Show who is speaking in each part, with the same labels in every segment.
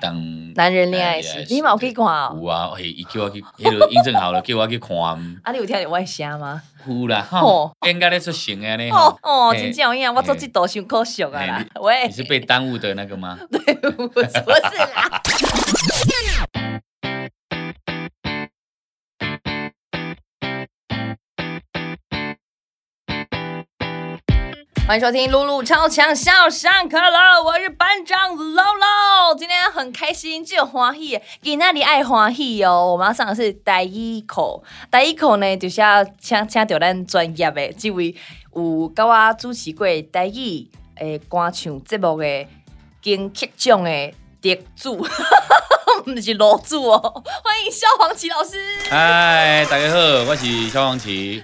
Speaker 1: 当
Speaker 2: 男人恋爱时，你嘛有去看哦？
Speaker 1: 有啊，嘿，伊叫我去，迄个印证好了，叫我去看，
Speaker 2: 啊，你有听到我的声吗？
Speaker 1: 有啦
Speaker 2: 哦
Speaker 1: 吼，应该咧出行安尼
Speaker 2: 哦
Speaker 1: 吼，
Speaker 2: 哦，
Speaker 1: 嘿
Speaker 2: 真正有影，我做这道伤可惜啊啦
Speaker 1: 嘿。
Speaker 2: 喂，
Speaker 1: 你是被耽误的那个吗？
Speaker 2: 对，不是不是啊啦。欢迎收听《露露超强笑》，上课喽！我是班长露露，今天很开心，就欢喜，今仔日爱欢喜哦。我们要上的是第一课，第一课呢就是要请请到咱专业的这位有甲我主持过台语诶歌唱节目的金曲奖的得主， 不是楼主哦，欢迎萧煌奇老师。
Speaker 1: 嗨，大家好，我是小黄旗，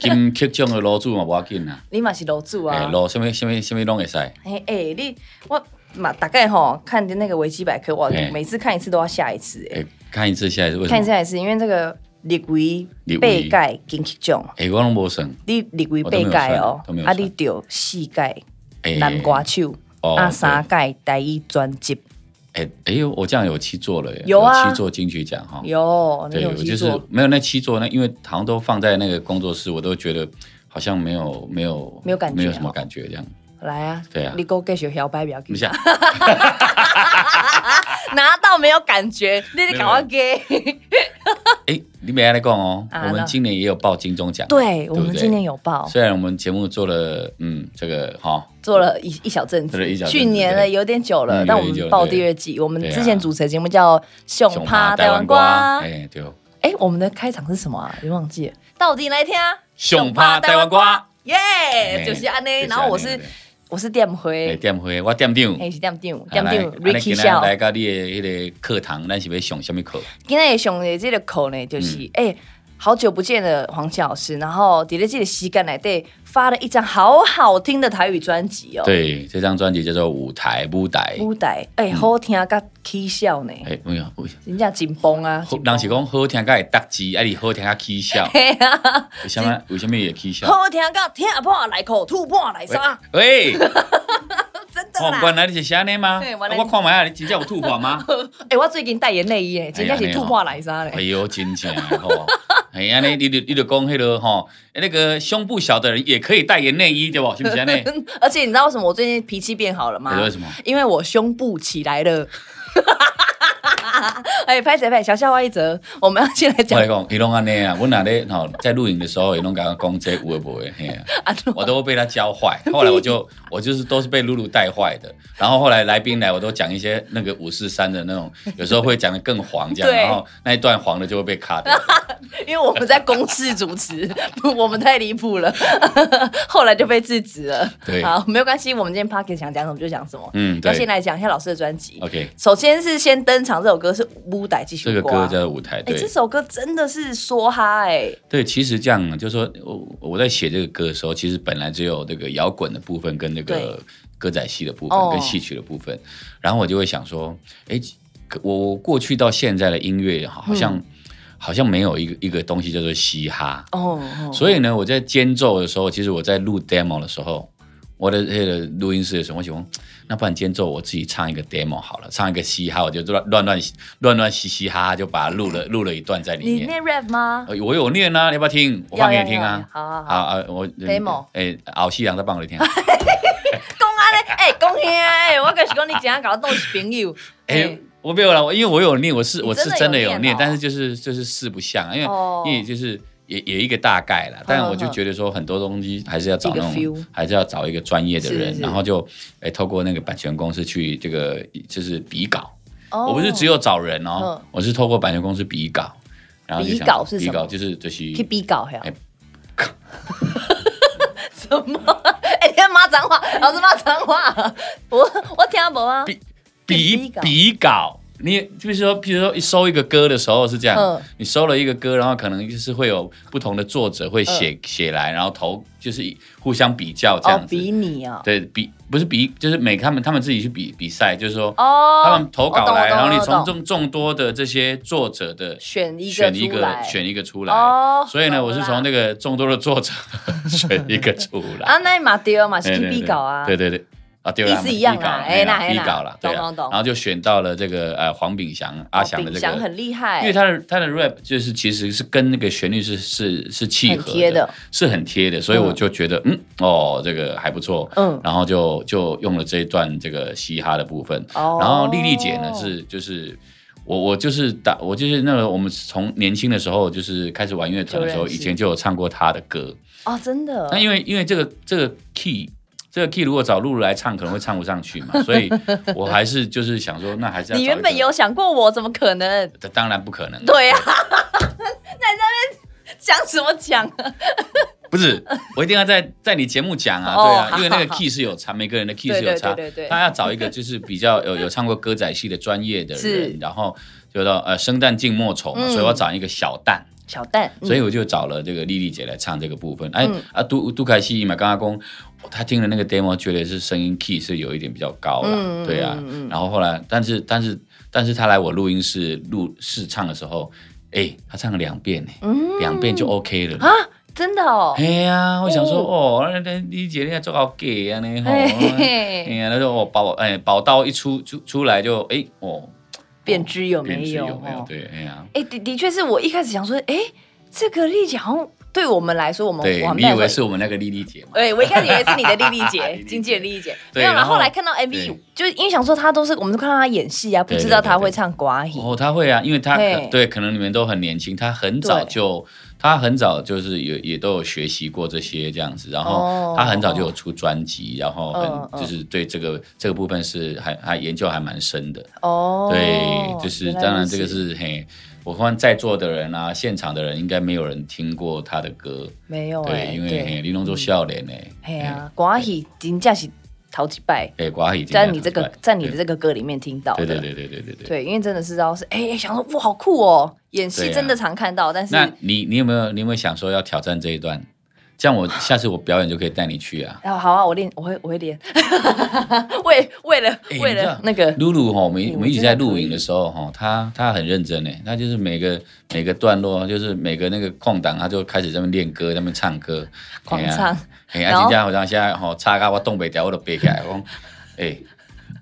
Speaker 1: 金曲奖的楼主嘛，无要紧 啦，
Speaker 2: 你嘛是楼主
Speaker 1: 哎，
Speaker 2: 啊？
Speaker 1: 楼什么什么什么拢会使，
Speaker 2: 哎哎、你我嘛大概吼看的那个维基百科，我
Speaker 1: 哎
Speaker 2: 每次看一次都要下一次哎、
Speaker 1: 哎，看一次下来是为什
Speaker 2: 看一次
Speaker 1: 么？
Speaker 2: 下一次，因为这个立为
Speaker 1: 立
Speaker 2: 被
Speaker 1: 委
Speaker 2: 盖金曲奖，
Speaker 1: 哎，我拢无算，
Speaker 2: 你立为
Speaker 1: 我都没
Speaker 2: 被
Speaker 1: 有
Speaker 2: 盖哦
Speaker 1: 算都没，有
Speaker 2: 啊
Speaker 1: 算
Speaker 2: 你得四届
Speaker 1: 哎
Speaker 2: 南瓜手，
Speaker 1: 哦
Speaker 2: 啊三届第一专辑，
Speaker 1: 哎哎呦，我这样有七座了耶，
Speaker 2: 有啊
Speaker 1: 七座金曲奖哈。
Speaker 2: 有你
Speaker 1: 哦对，
Speaker 2: 有
Speaker 1: 我就
Speaker 2: 去
Speaker 1: 是
Speaker 2: 做？
Speaker 1: 没有那七座呢，因为好像都放在那个工作室，我都觉得好像没有没有
Speaker 2: 没有感觉
Speaker 1: 没有什么
Speaker 2: 哦
Speaker 1: 感觉这样。
Speaker 2: 来啊，
Speaker 1: 对啊
Speaker 2: 你给我继续摇摆不要紧
Speaker 1: 不是啊，
Speaker 2: 拿到没有感觉，你得赶快给。
Speaker 1: 哎，你没来讲哦，
Speaker 2: 啊
Speaker 1: 我
Speaker 2: 那
Speaker 1: 们今年也有报金钟奖，
Speaker 2: 对
Speaker 1: 不
Speaker 2: 我们
Speaker 1: 对
Speaker 2: 今年有报，
Speaker 1: 虽然我们节目做了，嗯，这个哈，
Speaker 2: 做了一一小阵子
Speaker 1: 做了一小，阵子
Speaker 2: 去年了
Speaker 1: 对
Speaker 2: 有点久了，
Speaker 1: 嗯
Speaker 2: 但我
Speaker 1: 有点久了
Speaker 2: 们报
Speaker 1: 对
Speaker 2: 第二季，我们
Speaker 1: 对啊
Speaker 2: 之前主持的节目叫《熊趴台湾瓜》。
Speaker 1: 哎，对哦，
Speaker 2: 哎，我们的开场是什么啊？别忘记了，到底来听啊
Speaker 1: 熊趴台湾，瓜，
Speaker 2: 耶，
Speaker 1: 哎
Speaker 2: 就是安
Speaker 1: 就
Speaker 2: 内。
Speaker 1: 是
Speaker 2: 然后我
Speaker 1: 这样
Speaker 2: 是
Speaker 1: 的
Speaker 2: 我是店
Speaker 1: 哎，
Speaker 2: 辉，
Speaker 1: 店会我店长。
Speaker 2: 哎是店长，
Speaker 1: 啊
Speaker 2: 店
Speaker 1: 来
Speaker 2: 长
Speaker 1: 啊咱
Speaker 2: Ricky
Speaker 1: 今仔
Speaker 2: 笑。
Speaker 1: 来到你的迄个课堂，咱是要上什么课？
Speaker 2: 今天上的这个课呢，就是
Speaker 1: 嗯
Speaker 2: 哎、欸好久不见的黄奇老师，然后伫咧这个时间内底发了一张好好听的台语专辑哦，
Speaker 1: 对，这张专辑叫做《舞台舞台》。
Speaker 2: 舞台哎、欸好听甲起笑呢，
Speaker 1: 哎，哎呀，哎呀
Speaker 2: 真正紧绷啊，
Speaker 1: 好
Speaker 2: 紧绷
Speaker 1: 人是讲好听甲会得志，啊，你好听甲起笑。
Speaker 2: 嘿啊，
Speaker 1: 为什么？为什么会起笑？
Speaker 2: 好听甲听破来口吐破来沙，
Speaker 1: 喂，喂
Speaker 2: 真的
Speaker 1: 哦，
Speaker 2: 啦。
Speaker 1: 原来你是安尼吗？
Speaker 2: 对
Speaker 1: 啊
Speaker 2: 原来
Speaker 1: 我看卖啊，你真正有吐破 吗？
Speaker 2: 哎、欸，我最近代言内衣诶，真正
Speaker 1: 哎
Speaker 2: 是
Speaker 1: 呀
Speaker 2: 吐破来沙
Speaker 1: 哎
Speaker 2: 嘞。
Speaker 1: 呦，真正的吼！哎安尼，你就你就讲迄个吼，那个胸部小的人也可以代言内衣，对不？是不是安 尼？
Speaker 2: 而且你知道为什么我最近脾气变好了吗
Speaker 1: 哎？为什么？
Speaker 2: 因为我胸部起来了。 哎，拍谁拍？小笑话一则，我们要先来
Speaker 1: 我
Speaker 2: 讲
Speaker 1: 来讲，伊拢安尼啊，我那咧吼在录影的时候，伊拢甲我讲这有的无的，嘿啊，
Speaker 2: 啊，
Speaker 1: 我都被他教坏。后来我就我就是都是被露露带坏的。然后后来来宾来，我都讲一些那个五四三的那种，有时候会讲的更黄这样，
Speaker 2: 对
Speaker 1: 然后那一段黄的就会被卡 掉。
Speaker 2: 因为我们在公司主持，不，我们太离谱了， 后来就被制止了。
Speaker 1: 对
Speaker 2: 好，没有关系，我们今天 p o c k e t 想讲什么就讲什么。
Speaker 1: 嗯，
Speaker 2: 那先
Speaker 1: 对
Speaker 2: 来讲一下老师的专辑。
Speaker 1: ，OK，
Speaker 2: 首先是先登场这首歌是《乌带继
Speaker 1: 这
Speaker 2: 续
Speaker 1: 个
Speaker 2: 刮
Speaker 1: 歌》。叫做舞台，
Speaker 2: 哎，
Speaker 1: 对
Speaker 2: 这首歌真的是说哈哎，
Speaker 1: 对，其实这样啊就是说我我在写这个歌的时候，其实本来只有这个摇滚的部分跟那
Speaker 2: 对
Speaker 1: 个歌仔戏的部
Speaker 2: 哦
Speaker 1: 分跟戏曲的部分，然后我就会想说，哎，可我我过去到现在的音乐好好
Speaker 2: 嗯
Speaker 1: 像、好像没有一个一个东西叫做嘻哈，
Speaker 2: 哦，哦
Speaker 1: 所以呢，我在间奏的时候，其实我在录 demo 的时候，我的那个录音室的时候，我喜欢，那不然间奏我自己唱一个 demo 好了，唱一个嘻哈，我就乱乱乱乱乱嘻嘻哈哈就把它录了录了一段在里
Speaker 2: 你
Speaker 1: 面。
Speaker 2: 念 rap 吗？
Speaker 1: 呃我有念啊，你要不要听？我
Speaker 2: 要
Speaker 1: 放给
Speaker 2: 要
Speaker 1: 你听
Speaker 2: 要
Speaker 1: 啊。
Speaker 2: 好好好
Speaker 1: 好啊，我
Speaker 2: Demo
Speaker 1: 哎，敖西洋再放给你听。
Speaker 2: 讲安尼，哎，讲遐哎，我就是讲你怎样搞弄是朋友。
Speaker 1: 哎，我没有啦，我因为我有念，我是
Speaker 2: 你
Speaker 1: 我是
Speaker 2: 真
Speaker 1: 真
Speaker 2: 的
Speaker 1: 的
Speaker 2: 有
Speaker 1: 有念
Speaker 2: 念哦，
Speaker 1: 但是就是就是四不像，因为
Speaker 2: 哦
Speaker 1: 因为就是也也一个大概啦。但我就
Speaker 2: 呵
Speaker 1: 觉得说很多东西还是要找
Speaker 2: 一个
Speaker 1: 那种
Speaker 2: feel，
Speaker 1: 还是要找一个专业的
Speaker 2: 是
Speaker 1: 人
Speaker 2: 是，
Speaker 1: 然后就哎透过那个版权公司去这个就是比稿。
Speaker 2: 哦
Speaker 1: 我不是只有找人哦
Speaker 2: 嗯，
Speaker 1: 我是透过版权公司比稿，然后就
Speaker 2: 比
Speaker 1: 想
Speaker 2: 稿是什
Speaker 1: 比稿
Speaker 2: 么
Speaker 1: 就是就是
Speaker 2: 去比稿呀
Speaker 1: 哎。
Speaker 2: 什么？哎、你在骂脏话，老师骂脏话， 我我听不啊。
Speaker 1: 比
Speaker 2: 比
Speaker 1: 比
Speaker 2: 稿
Speaker 1: 比稿。你就是说，比如说一收一个歌的时候是这样，
Speaker 2: 嗯
Speaker 1: 你收了一个歌，然后可能就是会有不同的作者会写、写来，然后投就是互相比较这
Speaker 2: 嗯哦
Speaker 1: 样，子。
Speaker 2: 比你啊、
Speaker 1: 对比不是比，就是每他们他们自己去比比赛，就是说、
Speaker 2: 哦。
Speaker 1: 他们投
Speaker 2: 我
Speaker 1: 稿
Speaker 2: 懂
Speaker 1: 来，
Speaker 2: 我懂
Speaker 1: 然后你
Speaker 2: 我
Speaker 1: 从
Speaker 2: 懂
Speaker 1: 众众多的这些作者的
Speaker 2: 选一个
Speaker 1: 选一
Speaker 2: 出
Speaker 1: 个
Speaker 2: 来
Speaker 1: 选一个出来。
Speaker 2: 哦
Speaker 1: 所以呢，
Speaker 2: 懂
Speaker 1: 我是
Speaker 2: 了
Speaker 1: 从那个众多的作者 选一个出来。
Speaker 2: 啊，那嘛对嘛是
Speaker 1: 对
Speaker 2: 去
Speaker 1: 对
Speaker 2: 比稿啊。
Speaker 1: 对对对，啊，对啦，
Speaker 2: 意思一样啦哎那哎
Speaker 1: 比
Speaker 2: 那
Speaker 1: 稿啦，对啊
Speaker 2: 懂懂懂
Speaker 1: 然后就选到了这个呃黄炳祥阿翔的
Speaker 2: 炳
Speaker 1: 这
Speaker 2: 祥
Speaker 1: 个，
Speaker 2: 哦很厉害，
Speaker 1: 因为他的他的 rap 就是其实是跟那个旋律是是是契
Speaker 2: 很
Speaker 1: 合
Speaker 2: 贴的，
Speaker 1: 是很贴的，所以
Speaker 2: 嗯
Speaker 1: 我就觉得嗯哦这个还不错，
Speaker 2: 嗯
Speaker 1: 然后就就用了这一段这个嘻哈的部分，
Speaker 2: 哦
Speaker 1: 然后丽丽姐呢是就是。我我就是打我就是那个我们从年轻的时候就是开始玩乐团的时候，
Speaker 2: 就认
Speaker 1: 以
Speaker 2: 识
Speaker 1: 前就有唱过她的歌，
Speaker 2: 哦，真的，
Speaker 1: 那因为因为这个这个 key 这个 key 如果找露露来唱，可能会唱不上去嘛，所以我还是就是想说，那还是要
Speaker 2: 你
Speaker 1: 找一
Speaker 2: 原本
Speaker 1: 个，
Speaker 2: 有想过我，怎么可能？
Speaker 1: 当然不可能，
Speaker 2: 对呀、啊， 那你在那边讲什么讲啊？
Speaker 1: 不是，我一定要在在你节目讲啊，对
Speaker 2: 哦好
Speaker 1: 啊，因为那个 key 是有差，每个人的 key
Speaker 2: 对
Speaker 1: 是有差
Speaker 2: 对对对对，
Speaker 1: 他要找一个就是比较有有唱过歌仔戏的专业的
Speaker 2: 是
Speaker 1: 人，然后就到呃生旦净末丑嘛，
Speaker 2: 嗯
Speaker 1: 所以我要找一个小旦。
Speaker 2: 小蛋，嗯
Speaker 1: 所以我就找了这个丽丽姐来唱这个部分。哎、
Speaker 2: 嗯
Speaker 1: 啊，杜杜凯西嘛，刚刚公，他听了那个 demo，觉得是声音 key 是有一点比较高了，
Speaker 2: 嗯
Speaker 1: 对啊。
Speaker 2: 嗯嗯
Speaker 1: 然后后来，但是但是但是他来我录音室录试唱的时候，哎，他唱了两遍呢，
Speaker 2: 嗯
Speaker 1: 两遍就 OK 了。
Speaker 2: 啊，真的哦，
Speaker 1: 哎呀，我想说
Speaker 2: 哦
Speaker 1: 哦，那那丽姐那做好 gay 啊呢，吼，
Speaker 2: 嘿嘿
Speaker 1: 哎
Speaker 2: 嘿，
Speaker 1: 呀，那时候我宝哎宝刀一出出出来就哎哦，
Speaker 2: 便知有
Speaker 1: 变
Speaker 2: 没
Speaker 1: 质
Speaker 2: 有？
Speaker 1: 有没有？
Speaker 2: 哦
Speaker 1: 对，哎呀。
Speaker 2: 哎、的的确是我一开始想说，哎、这个丽姐好像对我们来说，我们
Speaker 1: 对
Speaker 2: 我们
Speaker 1: 你以为是我们那个丽丽姐吗？
Speaker 2: 对，我一开始以为是 你的丽丽
Speaker 1: 丽丽
Speaker 2: 姐，
Speaker 1: 姐
Speaker 2: 经纪人丽丽姐，没
Speaker 1: 对
Speaker 2: 有啦。然
Speaker 1: 然
Speaker 2: 后
Speaker 1: 后
Speaker 2: 后来看到 MV，
Speaker 1: 对
Speaker 2: 就因为想说她都是，我们都看到她演戏啊，不
Speaker 1: 对
Speaker 2: 知道
Speaker 1: 对对
Speaker 2: 她
Speaker 1: 对
Speaker 2: 会唱瓜戏。
Speaker 1: 哦，他会啊，因为他
Speaker 2: 嘿
Speaker 1: 可对，可能你们都很年轻，他很早
Speaker 2: 对
Speaker 1: 就他很早就是也也都有学习过这些这样子，然
Speaker 2: 哦
Speaker 1: 后他很早就有出专辑，然后
Speaker 2: 嗯嗯
Speaker 1: 很就是对这个这个部分是还还研究还蛮深的，
Speaker 2: 哦，
Speaker 1: 对，就是
Speaker 2: 原来
Speaker 1: 当然
Speaker 2: 如此
Speaker 1: 这个是嘿，我看在座的人啊，现场的人应该没有人听过他的歌，
Speaker 2: 没有哎、
Speaker 1: 对，因为嘿玲珑做笑脸呢，
Speaker 2: 嘿啊，瓜戏真正是头几拜，
Speaker 1: 嘿，哎，瓜已经
Speaker 2: 在你这个
Speaker 1: 对
Speaker 2: 在你的这个歌里面听到的。
Speaker 1: 对对对对对对对。
Speaker 2: 对因为真的是知道是哎、哎想说哇好酷哦，演戏
Speaker 1: 对啊
Speaker 2: 真的常看到，但是
Speaker 1: 那你你有没有你有没有想说要挑战这一段？这样我下次我表演就可以带你去啊。
Speaker 2: 啊好啊，我练我会我会练， 为为了、
Speaker 1: 哎
Speaker 2: 为
Speaker 1: 你知
Speaker 2: 了
Speaker 1: 道
Speaker 2: 那个
Speaker 1: 露露哈，我们
Speaker 2: 哎
Speaker 1: 我们一起
Speaker 2: 我觉得
Speaker 1: 在
Speaker 2: 可以
Speaker 1: 录影的时候哈，她她很认真呢，她就是每个每个段落，就是每个那个空档，她就开始在那边练歌，在那边唱歌，
Speaker 2: 狂
Speaker 1: 哎呀
Speaker 2: 唱。
Speaker 1: 哎
Speaker 2: 然
Speaker 1: 呀，
Speaker 2: 后
Speaker 1: 真正好像现在吼，差到我东北调我都背起来，我讲，哎，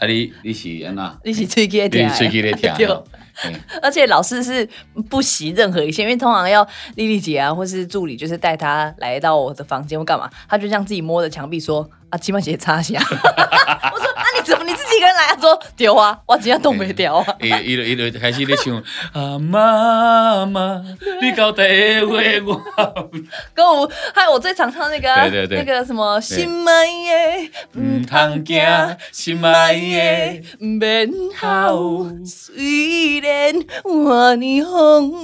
Speaker 1: 啊你你是安那？
Speaker 2: 一起吹给
Speaker 1: 你是 吹起来听
Speaker 2: 啊对
Speaker 1: 的哦？哎
Speaker 2: 而且老师是不惜任何一切，因为通常要丽丽姐啊，或是助理，就是带她来到我的房间或干嘛，她就这样自己摸着墙壁说：“啊，起码姐擦一下。”我说：“啊，你怎么你自己一个人来？”她说：“丢啊，我今天冻没掉啊。
Speaker 1: 哎伊伊就伊就开始咧唱 啊妈妈，你到底为我？”
Speaker 2: 跟我还有我最常唱那个啊、
Speaker 1: 对对对
Speaker 2: 那个什么心门耶，
Speaker 1: 唔通惊，心爱
Speaker 2: 爱的
Speaker 1: 的。
Speaker 2: 面好，虽然我你红，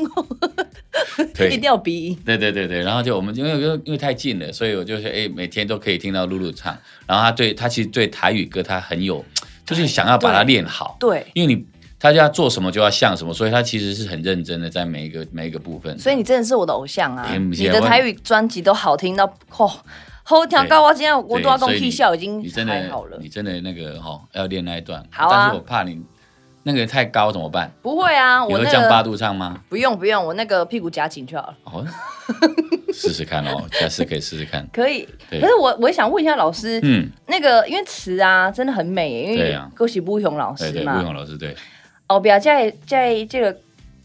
Speaker 2: 一
Speaker 1: 对
Speaker 2: 定要鼻音。
Speaker 1: 对对对对，然后就我们因为因为因为太近了，所以我就是哎，每天都可以听到露露唱。然后她对她其实对台语歌她很有，就是想要把它练好，
Speaker 2: 对，
Speaker 1: 因为你她要做什么就要像什么，所以她其实是很认真的在每一个每一个部分。
Speaker 2: 所以你真的是我的偶像啊！
Speaker 1: 哎不是
Speaker 2: 你的
Speaker 1: 我
Speaker 2: 台语专辑都好听到哦，好听到我今天我都要讲
Speaker 1: 所以
Speaker 2: 屁
Speaker 1: 你
Speaker 2: 笑已经
Speaker 1: 你真
Speaker 2: 还
Speaker 1: 的
Speaker 2: 好了，
Speaker 1: 你真的那个哈、哦、要练那一段，
Speaker 2: 好啊
Speaker 1: 但是我怕你那个太高怎么办？
Speaker 2: 不会啊，
Speaker 1: 你
Speaker 2: 我
Speaker 1: 会
Speaker 2: 那
Speaker 1: 降八
Speaker 2: 个
Speaker 1: 度唱吗？
Speaker 2: 不用不用，我那个屁股夹紧就好了。
Speaker 1: 哦，试试看哦，下次可以试试看。
Speaker 2: 可以，
Speaker 1: 对
Speaker 2: 可是我我也想问一下老师，
Speaker 1: 嗯，
Speaker 2: 那个因为词啊真的很美耶，因
Speaker 1: 对
Speaker 2: 为
Speaker 1: 啊
Speaker 2: 恭喜不雄老
Speaker 1: 对
Speaker 2: 师
Speaker 1: 对，
Speaker 2: 嘛
Speaker 1: 陆，勇老师对。
Speaker 2: 哦，表在在这个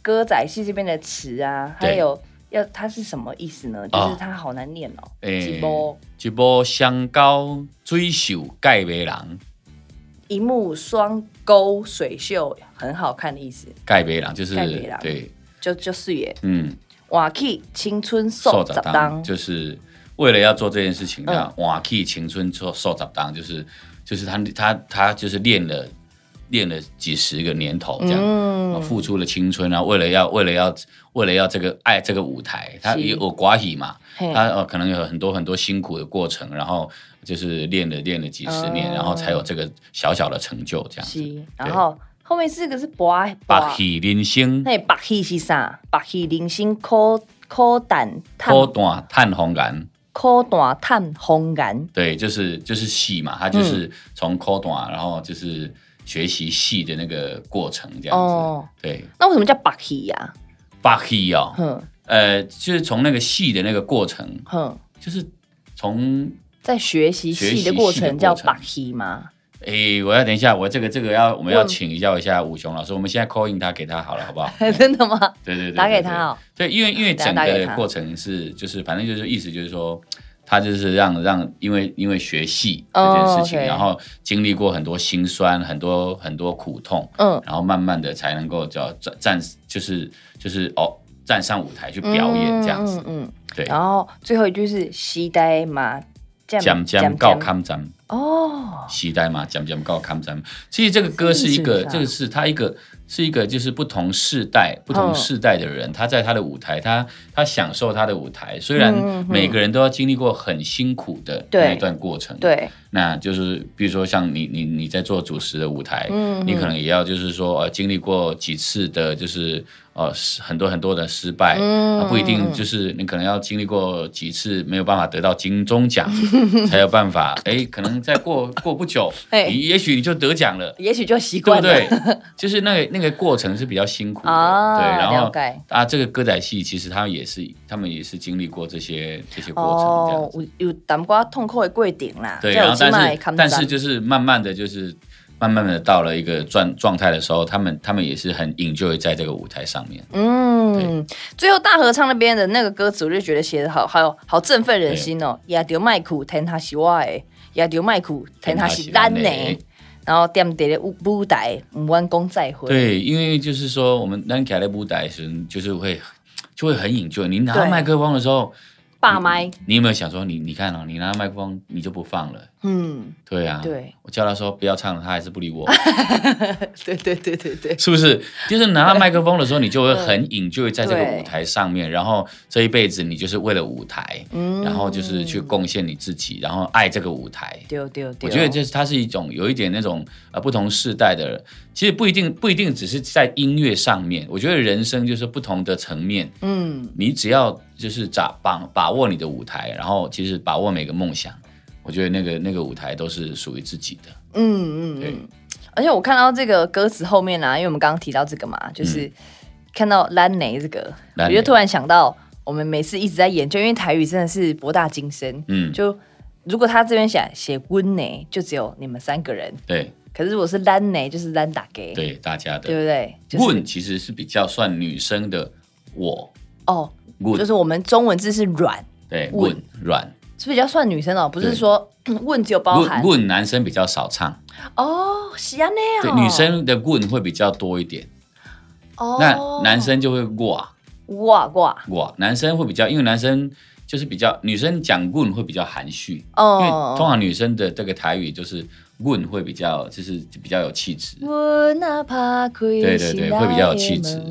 Speaker 2: 歌仔戏这边的词啊，
Speaker 1: 对哎
Speaker 2: 还有要它是什么意思呢？就是它好难念哦，
Speaker 1: 诶
Speaker 2: 几波
Speaker 1: 一部双高水袖盖袂人，
Speaker 2: 一目双钩水袖，很好看的意思，
Speaker 1: 盖袂人就是
Speaker 2: 盖袂人
Speaker 1: 对，
Speaker 2: 就就是耶。
Speaker 1: 嗯，
Speaker 2: 瓦 k 青春受
Speaker 1: 十
Speaker 2: 杂当，
Speaker 1: 就是为了要做这件事情，
Speaker 2: 嗯
Speaker 1: 那瓦器青春受受十当，就是就是他他他就是练了练了几十个年头这样。哦
Speaker 2: 嗯，
Speaker 1: 付出了青春啊，为了要为了要为了要这个爱这个舞台，他
Speaker 2: 是
Speaker 1: 也有寡喜嘛，
Speaker 2: 嘿
Speaker 1: 他呃可能有很多很多辛苦的过程，然后就是练了练了几十年，
Speaker 2: 哦
Speaker 1: 然后才有这个小小的成就这样子。
Speaker 2: 是，然后后面四个是博啊
Speaker 1: 把，喜人生
Speaker 2: 那白戏是啥？白戏零星苦苦胆探
Speaker 1: 苦短探红眼，
Speaker 2: 苦胆探红颜，
Speaker 1: 对，就是就是戏嘛，它
Speaker 2: 嗯
Speaker 1: 就是从苦短，然后就是学习戏的那个过程这样子。
Speaker 2: 哦
Speaker 1: 对，
Speaker 2: 那为什么叫白戏呀？
Speaker 1: 把戏哦，
Speaker 2: 哼
Speaker 1: 呃，就是从那个戏的那个过程，
Speaker 2: 哼，
Speaker 1: 就是从
Speaker 2: 在学习戏的过程叫白戏吗？
Speaker 1: 诶，我要等一下，我这个这个要我们要
Speaker 2: 问
Speaker 1: 请教一下武雄老师，我们现在 call in 他给他好了，好不好？
Speaker 2: 真的吗？
Speaker 1: 对对对，
Speaker 2: 打给
Speaker 1: 对
Speaker 2: 他。
Speaker 1: 对
Speaker 2: 哦。
Speaker 1: 对，因为因为
Speaker 2: 等下
Speaker 1: 整
Speaker 2: 打给
Speaker 1: 个
Speaker 2: 他
Speaker 1: 过程是就是反正就是意思就是说，他就是让让因为因为学戏这件事情
Speaker 2: 哦，OK
Speaker 1: 然后经历过很多辛酸，很多很多苦痛，
Speaker 2: 嗯，
Speaker 1: 然后慢慢的才能够叫站站就是就是哦站上舞台去表演这样子。
Speaker 2: 嗯嗯嗯
Speaker 1: 对，
Speaker 2: 然后最后一句是“西呆麻将
Speaker 1: 讲讲告康咱
Speaker 2: 哦，
Speaker 1: 期待嘛，讲讲告康咱其实这个歌是一
Speaker 2: 是
Speaker 1: 个，
Speaker 2: 啊
Speaker 1: 这个是他一个是一个就是不同世代
Speaker 2: 哦
Speaker 1: 不同世代的人，他在他的舞台，他他享受他的舞台，虽然
Speaker 2: 嗯嗯嗯
Speaker 1: 每个人都要经历过很辛苦的
Speaker 2: 对
Speaker 1: 那一段过程，，
Speaker 2: 对，
Speaker 1: 那就是比如说像你你你在做主持的舞台，
Speaker 2: 嗯
Speaker 1: 你可能也要就是说呃经历过几次的，就是呃失很多很多的失败，
Speaker 2: 嗯
Speaker 1: 啊不一定就是你可能要经历过几次没有办法得到金钟奖，才有办法哎，可能再过过不久，
Speaker 2: 嘿
Speaker 1: 你也许你就得奖了。
Speaker 2: 也许就习
Speaker 1: 对
Speaker 2: 惯
Speaker 1: 不
Speaker 2: 了
Speaker 1: 对？就是那个那个过程是比较辛苦的，
Speaker 2: 啊，
Speaker 1: 对。然
Speaker 2: 了
Speaker 1: 后
Speaker 2: 解。
Speaker 1: 啊，这个歌仔戏其实他们也是，他们也是经历过这些这些过程，这样
Speaker 2: 哦
Speaker 1: 子。，
Speaker 2: 有有淡薄仔痛苦的过程啦，
Speaker 1: 对，
Speaker 2: 才有
Speaker 1: 然后
Speaker 2: 这摆
Speaker 1: 但
Speaker 2: 的坎
Speaker 1: 是
Speaker 2: 坷
Speaker 1: 但是就是慢慢的就是慢慢的到了一个状状态的时候，他们他们也是很 enjoy 在这个舞台上面。
Speaker 2: 嗯，最后大合唱那边的那个歌词，我就觉得写的好，好好振奋人心哦。也丢麦苦，天他是我的；也丢麦苦，天他是咱
Speaker 1: 天他是咱
Speaker 2: 的
Speaker 1: 的。
Speaker 2: 然后踮伫咧舞舞台，唔弯讲再会。
Speaker 1: 对，因为就是说我们当凯莱舞台时，就是会就会很 enjoy。你拿到
Speaker 2: 对
Speaker 1: 麦克风的时候，
Speaker 2: 爸麦，
Speaker 1: 你有没有想说你你看哦，你拿到麦克风你就不放了？
Speaker 2: 嗯，
Speaker 1: 对啊，
Speaker 2: 对，
Speaker 1: 我叫他说不要唱了，他还是不理我，
Speaker 2: 对对对对对，
Speaker 1: 是不是？就是拿到麦克风的时候，你就会很 enjoy 在这个舞台上面，然后这一辈子你就是为了舞台，
Speaker 2: 嗯
Speaker 1: 然后就是去贡献你自己，然后爱这个舞台。
Speaker 2: 丢丢丢。
Speaker 1: 我觉得这是它是一种有一点那种呃不同世代的，其实不一定不一定只是在音乐上面，我觉得人生就是不同的层面，
Speaker 2: 嗯，
Speaker 1: 你只要就是把把把握你的舞台，然后其实把握每个梦想，我觉得那个那个舞台都是属于自己的。
Speaker 2: 嗯嗯
Speaker 1: 对
Speaker 2: 嗯。而且我看到这个歌词后面啊，因为我们刚刚提到这个嘛，
Speaker 1: 嗯
Speaker 2: 就是看到兰梅这个，
Speaker 1: 咱
Speaker 2: 我
Speaker 1: 的
Speaker 2: 就突然想到，我们每次一直在研究，因为台语真的是博大精深。
Speaker 1: 嗯，
Speaker 2: 就如果他这边写写温呢，就只有你们三个人；
Speaker 1: 对
Speaker 2: 可是如果是兰呢，就是兰打给，
Speaker 1: 对，大家的
Speaker 2: 对不对？就是
Speaker 1: 问其实是比较算女生的我
Speaker 2: 哦，就
Speaker 1: 问
Speaker 2: 是我们中文字是软，
Speaker 1: 对
Speaker 2: 问
Speaker 1: 问软
Speaker 2: 是比较算女生哦，不是
Speaker 1: 对
Speaker 2: 说问只有包含
Speaker 1: 问问男生比较少唱，
Speaker 2: 哦，喜安那
Speaker 1: 对
Speaker 2: 样，
Speaker 1: 女生的问会比较多一点，
Speaker 2: 哦，
Speaker 1: 那男生就会哇。
Speaker 2: 哇哇
Speaker 1: 我男生会比较，因为男生就是比较，女生讲棍会比较含蓄，因为通
Speaker 2: 哦，
Speaker 1: 常女生的这个台语就是棍会比较，就是比较有气质。
Speaker 2: 我哪怕可以
Speaker 1: 对对对会比较有气质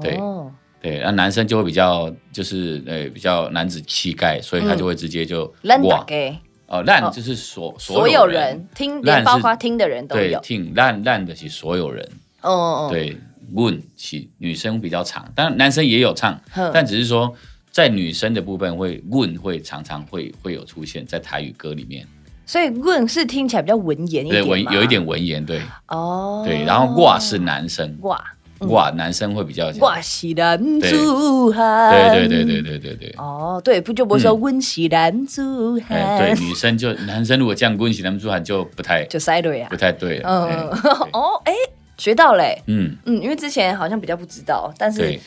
Speaker 1: 对
Speaker 2: 哦
Speaker 1: 对，那男生就会比较，就是呃比较男子气概，所以他就会直接就
Speaker 2: 兰嗯打
Speaker 1: 哇
Speaker 2: 给
Speaker 1: 哦烂就是所
Speaker 2: 所有人听，连
Speaker 1: 烂
Speaker 2: 包
Speaker 1: 是
Speaker 2: 括听的人都
Speaker 1: 对
Speaker 2: 有，
Speaker 1: 听烂烂的是所有人
Speaker 2: 嗯嗯，嗯，
Speaker 1: 对棍是女生比较长，当然男生也有唱，
Speaker 2: 哼
Speaker 1: 但只是说。在女生的部分会棍会常常会会有出现在台语歌里面，
Speaker 2: 所以问是听起来比较文言一
Speaker 1: 对
Speaker 2: 点嘛，
Speaker 1: 文有一点文言，对，
Speaker 2: 哦，
Speaker 1: 对，然后挂是男生，
Speaker 2: 挂
Speaker 1: 挂男生会比较讲。
Speaker 2: 挂是男子汉，
Speaker 1: 对对对对。对对对。
Speaker 2: 哦，对，不就不会说温是男子
Speaker 1: 哎，
Speaker 2: 汉，
Speaker 1: 对，女生就男生如果这样棍起他们出喊就不太
Speaker 2: 就塞对啊
Speaker 1: 不。太对了。
Speaker 2: 嗯
Speaker 1: 哎，对
Speaker 2: 哦，哎，学到嘞。
Speaker 1: 嗯，
Speaker 2: 嗯，因为之前好像比较不知道，但 是
Speaker 1: 对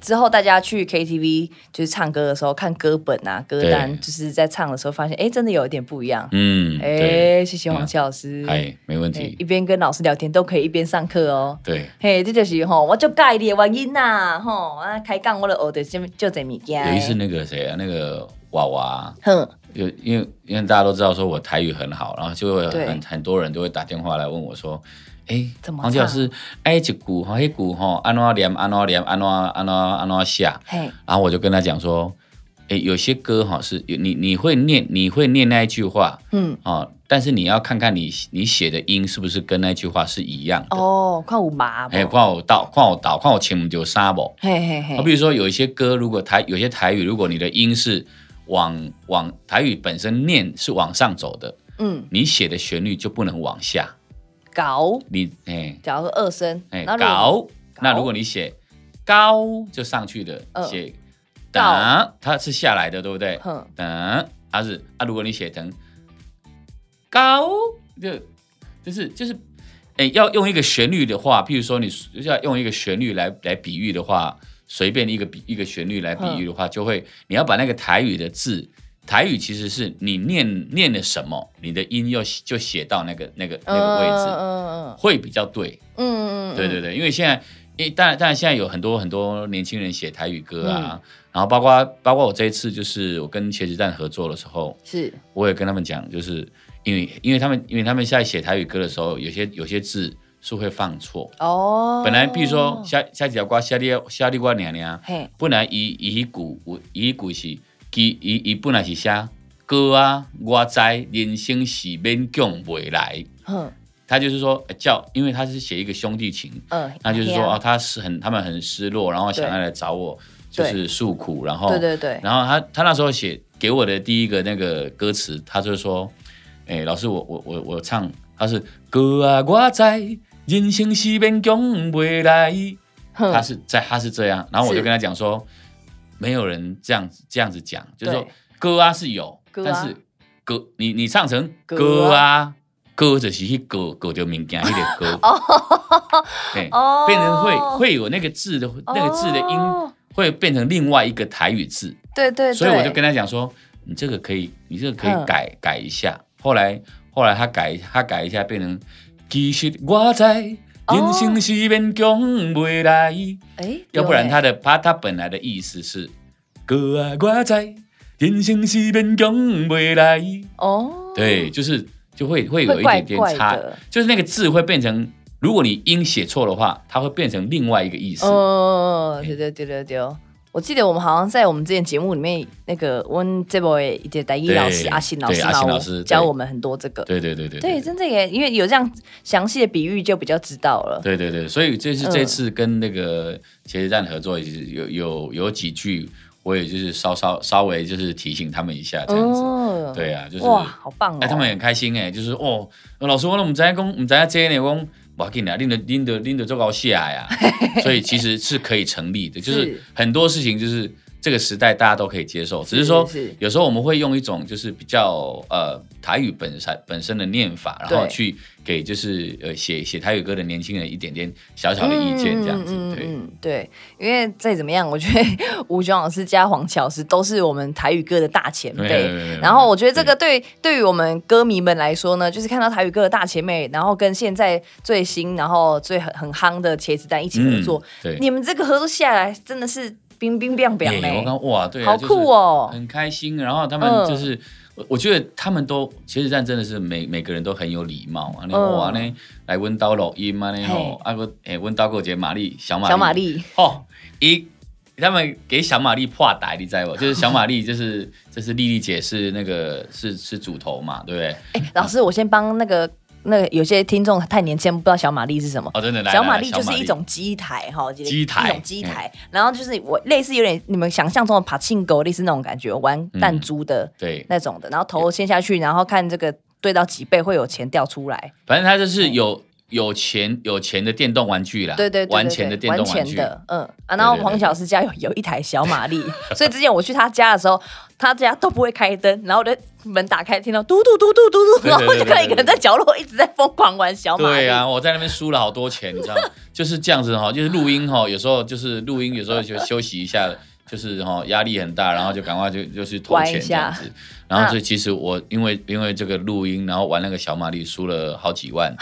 Speaker 2: 之后大家去 KTV 就是唱歌的时候看歌本啊、歌单，
Speaker 1: 对
Speaker 2: 就是在唱的时候发现，哎，真的有一点不一样。
Speaker 1: 嗯，对，
Speaker 2: 哎，谢谢黄奇老师。
Speaker 1: 哎，没问
Speaker 2: 哎
Speaker 1: 题
Speaker 2: 一。边跟老师聊天都可以一边上课哦。
Speaker 1: 对，
Speaker 2: 嘿，这就是吼，我就介意的原因呐，吼，啊，开讲我就学的什么，就这物件。
Speaker 1: 有一次那个谁啊，那个娃娃，
Speaker 2: 哼，
Speaker 1: 有因为因为大家都知道说我台语很好，然后就会
Speaker 2: 对
Speaker 1: 很很多人都会打电话来问我说。哎，
Speaker 2: 怎么啊
Speaker 1: 黄老师，哎，一句吼，迄句吼，安怎念，安怎念，安怎安怎安怎写，
Speaker 2: 嘿，
Speaker 1: 然后我就跟他讲说，诶，有些歌哈是你你会念，你会念那一句话
Speaker 2: 嗯，
Speaker 1: 哦，但是你要看看你你写的音是不是跟那句话是一样的。
Speaker 2: 哦，看有麻不
Speaker 1: 哎，看我倒，看我倒，看我前不丢沙不？
Speaker 2: 嘿嘿
Speaker 1: 好，
Speaker 2: 嘿，
Speaker 1: 比如说有一些歌，如果台有些台语，如果你的音是往往台语本身念是往上走的，
Speaker 2: 嗯，
Speaker 1: 你写的旋律就不能往下。
Speaker 2: 搞，
Speaker 1: 你哎
Speaker 2: 假如说二声，
Speaker 1: 哎
Speaker 2: 然后如果，
Speaker 1: 高，那如果你写高就上去的，
Speaker 2: 嗯
Speaker 1: 写
Speaker 2: 高
Speaker 1: 打它是下来的，对不对？
Speaker 2: 哼，
Speaker 1: 等，啊是啊，如果你写成高，就就是就是，哎、要用一个旋律的话，譬如说你要用一个旋律来来比喻的话，随便一个比一个旋律来比喻的话，就会你要把那个台语的字，台语其实是你念念了什么，你的音要就写到那个那个那个位置，
Speaker 2: 嗯
Speaker 1: 会比较对。
Speaker 2: 嗯嗯嗯，
Speaker 1: 对对对，因为现在，因当然当然现在有很多很多年轻人写台语歌
Speaker 2: 嗯
Speaker 1: 啊，然后包括包括我这一次就是我跟茄子蛋合作的时候，
Speaker 2: 是
Speaker 1: 我也跟他们讲，就是因为因为他们因为他们现在写台语歌的时候，有些有些字是会放错。
Speaker 2: 哦。
Speaker 1: 本来比如说下下几条瓜下地下地瓜娘娘，
Speaker 2: 嘿，
Speaker 1: 本来伊伊古伊古是伊伊伊本来是写歌啊，我知人生是勉强未来，
Speaker 2: 哼，
Speaker 1: 他就是说呃叫，因为他是写一个兄弟情，
Speaker 2: 嗯，
Speaker 1: 那就是说
Speaker 2: 嘿
Speaker 1: 啊，，他是很他们很失落，然后想要来找我，就
Speaker 2: 对
Speaker 1: 是诉苦，然后
Speaker 2: 对对对，
Speaker 1: 然后他他哦那时候写给我的第一个那个歌词，他就说，哎，老师我我我我唱，他是歌啊我知人生是勉强未来，
Speaker 2: 哼
Speaker 1: 他是在他是这样，然后我就是跟他讲说，没有人这样子这样子讲，就是说
Speaker 2: 对
Speaker 1: 歌啊是有，
Speaker 2: 歌啊
Speaker 1: 但是歌你你唱成
Speaker 2: 歌
Speaker 1: 歌啊。歌就是去歌，歌就物件，那个 歌哦，对，
Speaker 2: 哦，
Speaker 1: 变成会会有那个字的那个字的音
Speaker 2: 哦
Speaker 1: 会变成另外一个台语字，
Speaker 2: 对对，对
Speaker 1: 所以我就跟他讲说，你这个可以，你这个可
Speaker 2: 嗯
Speaker 1: 以改改一下。后来后来他改他改一下，变成其实我知
Speaker 2: 哦
Speaker 1: 人生是勉强未来，
Speaker 2: 哎，
Speaker 1: 要不然
Speaker 2: 有
Speaker 1: 他的他他本来的意思是歌啊我知人生是勉强未来，
Speaker 2: 哦，
Speaker 1: 对，就是就会会有
Speaker 2: 会
Speaker 1: 一
Speaker 2: 怪
Speaker 1: 点点
Speaker 2: 怪
Speaker 1: 差，
Speaker 2: 的
Speaker 1: 就是那个字会变成。如果你音写错的话，它会变成另外一个意思。
Speaker 2: 嗯，对对对对对。我记得我们好像在我们之前节目里面，那个温这波也的代一老师
Speaker 1: 对
Speaker 2: 阿信老师
Speaker 1: 对
Speaker 2: 嘛，
Speaker 1: 阿信
Speaker 2: 我
Speaker 1: 老师对
Speaker 2: 教我们很多这个。
Speaker 1: 对对对对
Speaker 2: 对，真的耶，因为有这样详细的比喻，就比较知道了。
Speaker 1: 对对对，所以这是
Speaker 2: 嗯
Speaker 1: 这次跟那个茄子蛋合作，就是有有有几句，我也就是稍稍稍微就是提醒他们一下这样子。
Speaker 2: 哦
Speaker 1: 对啊，就是
Speaker 2: 哇，好棒哦！
Speaker 1: 哎，他们很开心哎，就是哦，老师我都唔知讲，唔知道这呢，我讲我要紧啦，拎着拎着拎着做高下 呀，所以其实是可以成立的，就是
Speaker 2: 是
Speaker 1: 很多事情就是这个时代大家都可以接受，只是说
Speaker 2: 是是
Speaker 1: 有时候我们会用一种就是比较呃台语本身本身的念法，然后
Speaker 2: 对
Speaker 1: 去给就是呃写写台语歌的年轻人一点点小小的意见这样子，
Speaker 2: 嗯嗯
Speaker 1: 对。
Speaker 2: 嗯对，因为再怎么样，我觉得吴炯老师加黄乔老师都是我们台语歌的大前
Speaker 1: 对对
Speaker 2: 辈
Speaker 1: 对嗯对。对
Speaker 2: 然后我觉得这个对对于我们歌迷们来说呢，就是看到台语歌的大前辈，然后跟现在最新然后最很很夯的茄子蛋一起合作，
Speaker 1: 嗯对，
Speaker 2: 你们这个合作下来真的是冰冰凉凉
Speaker 1: 哎我
Speaker 2: 嘞，
Speaker 1: 刚哇，对啊，
Speaker 2: 好
Speaker 1: 就是
Speaker 2: 酷哦！
Speaker 1: 很开心。然后他们
Speaker 2: 嗯
Speaker 1: 就是，我我觉得他们都其实战真的是每每个人都很有礼貌啊。你
Speaker 2: 嗯
Speaker 1: 哇呢，来温刀录音嘛呢
Speaker 2: 嘿
Speaker 1: 吼，啊个诶温刀过节玛丽小玛
Speaker 2: 小玛丽，
Speaker 1: 哦，一他们给小玛丽画打，你知道不？就是小玛丽，就是 就是丽丽姐是那个是是主头嘛，对不对？
Speaker 2: 哎，老师，我先帮那个那个有些听众太年轻，不知道小玛丽是什么。
Speaker 1: 哦，真的来
Speaker 2: 小
Speaker 1: 来
Speaker 2: 马
Speaker 1: 来
Speaker 2: 力就是一种机台哈，就是
Speaker 1: 机台嗯
Speaker 2: 一种机台，然后就是我类似有点你们想象中的爬庆狗，类似那种感觉，玩
Speaker 1: 嗯
Speaker 2: 弹珠的
Speaker 1: 对，
Speaker 2: 那种的，然后头陷下去，然后看这个对到几倍会有钱掉出来，
Speaker 1: 反正他就是有有钱有钱的电动玩具啦，
Speaker 2: 对对对
Speaker 1: 啊
Speaker 2: 对，
Speaker 1: 玩钱的电动玩
Speaker 2: 玩
Speaker 1: 具
Speaker 2: 钱，的，嗯啊，然后
Speaker 1: 对对对
Speaker 2: 黄小师家有有一台小马力，所以之前我去他家的时候，他家都不会开灯，然后我的门打开，听到嘟嘟嘟嘟嘟
Speaker 1: 对对
Speaker 2: 嘟，
Speaker 1: 对
Speaker 2: 然后就看到
Speaker 1: 对对
Speaker 2: 一个人在角落一直在疯狂玩小马力，
Speaker 1: 对啊，我在那边输了好多钱，你知道吗？ 就是这样子哈，就是录音哈，有时候就是录音，有时候就休息一下，就是哈压力很大，然后就赶快就就去投
Speaker 2: 玩一嗯
Speaker 1: 钱这样子。然后所以其实我因为因为这个录音，然后玩那个小马丽输了好几 万，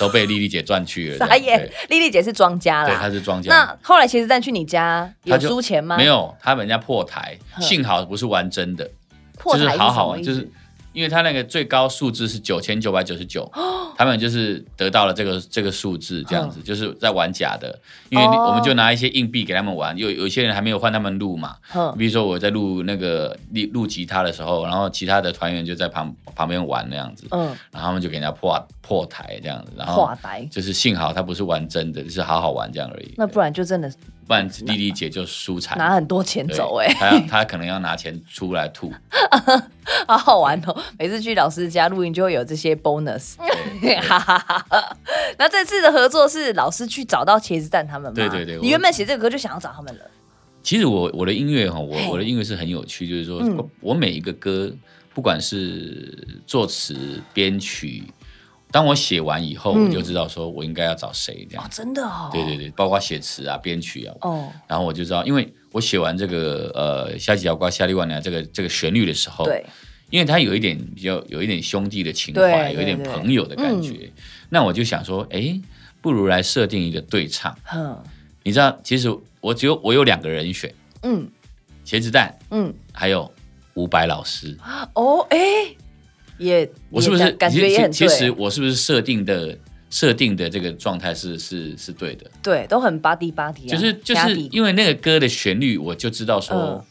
Speaker 1: 都被丽丽姐赚去了。这
Speaker 2: 傻
Speaker 1: 样
Speaker 2: 眼
Speaker 1: 对，
Speaker 2: 丽丽姐是庄家
Speaker 1: 对，
Speaker 2: 啦，
Speaker 1: 她是庄家。
Speaker 2: 那后来茄子蛋去你家有
Speaker 1: 他就
Speaker 2: 输钱吗？
Speaker 1: 没，有，他们人家破台，
Speaker 2: 哼
Speaker 1: 幸好不是玩真的，
Speaker 2: 破
Speaker 1: 就是
Speaker 2: 台
Speaker 1: 好
Speaker 2: 什
Speaker 1: 好
Speaker 2: 么
Speaker 1: 玩，
Speaker 2: 意思
Speaker 1: 就是因为他那个最高数字是九千九百九十 九，他们就是得到了这个这个数字，这样
Speaker 2: 嗯
Speaker 1: 子、就是在玩假的，因为你
Speaker 2: 哦
Speaker 1: 我们就拿一些硬币给他们玩，有有一些人还没有换他们录嘛，
Speaker 2: 哼
Speaker 1: 比如说我在录那个录录吉他的时候，然后其他的团员就在旁旁边玩那样子，
Speaker 2: 嗯
Speaker 1: 然后他们就给人家破破台这样子，然后
Speaker 2: 画呆，
Speaker 1: 就是幸好他不是玩真的，就是好好玩这样而已，
Speaker 2: 那不然就真的
Speaker 1: 不然丽丽姐就输惨。
Speaker 2: 拿很多钱
Speaker 1: 哎对
Speaker 2: 走哎、
Speaker 1: 她她可能要拿钱出来吐，
Speaker 2: 好好玩哦！每次去老师家录音就会有这些 bonus，哈哈哈。 那这次的合作是老师去找到茄子蛋他们吗？
Speaker 1: 对对对我
Speaker 2: 你原本写这个歌就想要找他们了，
Speaker 1: 其实我我的音乐哈，
Speaker 2: 嘿
Speaker 1: 我我的音乐是很有趣，就是说、
Speaker 2: 嗯
Speaker 1: 我我每一个歌，不管是作词、编曲，当我写完以后，
Speaker 2: 嗯
Speaker 1: 我就知道说我应该要找谁这
Speaker 2: 哦，
Speaker 1: 样。
Speaker 2: 真的
Speaker 1: 啊
Speaker 2: 哦，
Speaker 1: 对对，对，包括写词啊、编曲啊，
Speaker 2: 哦，
Speaker 1: 然后我就知道，因为我写完这个呃《夏季摇瓜夏利万年》这个这个旋律的时候，
Speaker 2: 对，
Speaker 1: 因为它有一点比较有一点兄弟的情
Speaker 2: 对
Speaker 1: 怀，
Speaker 2: 对
Speaker 1: 有一点
Speaker 2: 对嗯
Speaker 1: 朋友的感觉，那我就想说，哎，不如来设定一个对唱。
Speaker 2: 哼，
Speaker 1: 你知道，其实我只有我有两个人选，
Speaker 2: 嗯
Speaker 1: 茄子蛋
Speaker 2: 嗯，
Speaker 1: 还有伍佰老师。
Speaker 2: 哦，哎，也，
Speaker 1: 我是不
Speaker 2: 也
Speaker 1: 是
Speaker 2: 感感
Speaker 1: 其
Speaker 2: 觉也很
Speaker 1: 其其实
Speaker 2: 对，
Speaker 1: 我是不是设定的设定的这个状态是是是对的？
Speaker 2: 对，都很 body body，啊
Speaker 1: 就是就
Speaker 2: 家
Speaker 1: 是
Speaker 2: 底
Speaker 1: 因为那个歌的旋律，我就知道说
Speaker 2: 嗯，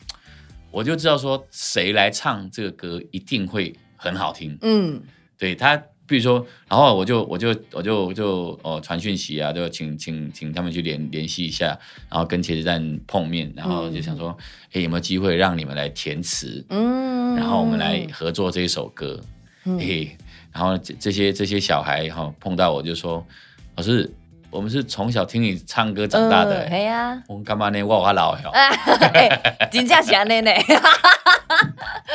Speaker 1: 我就知道说谁来唱这个歌一定会很好听。
Speaker 2: 嗯，
Speaker 1: 对他，比如说，然后我就我就我就我就哦传讯息啊，就请请请他们去联联系一下，然后跟茄子蛋碰面，然后就想说，哎、有没有机会让你们来填词，
Speaker 2: 嗯，
Speaker 1: 然后我们来合作这一首歌，
Speaker 2: 嗯
Speaker 1: 嘿、然后这这些这些小孩哈、碰到我就说，老师，我们是从小听你唱歌长大的、
Speaker 2: 嗯嘿呀，
Speaker 1: 我干嘛呢？我有较老哦哟，
Speaker 2: 哎，哎真正是安尼呢，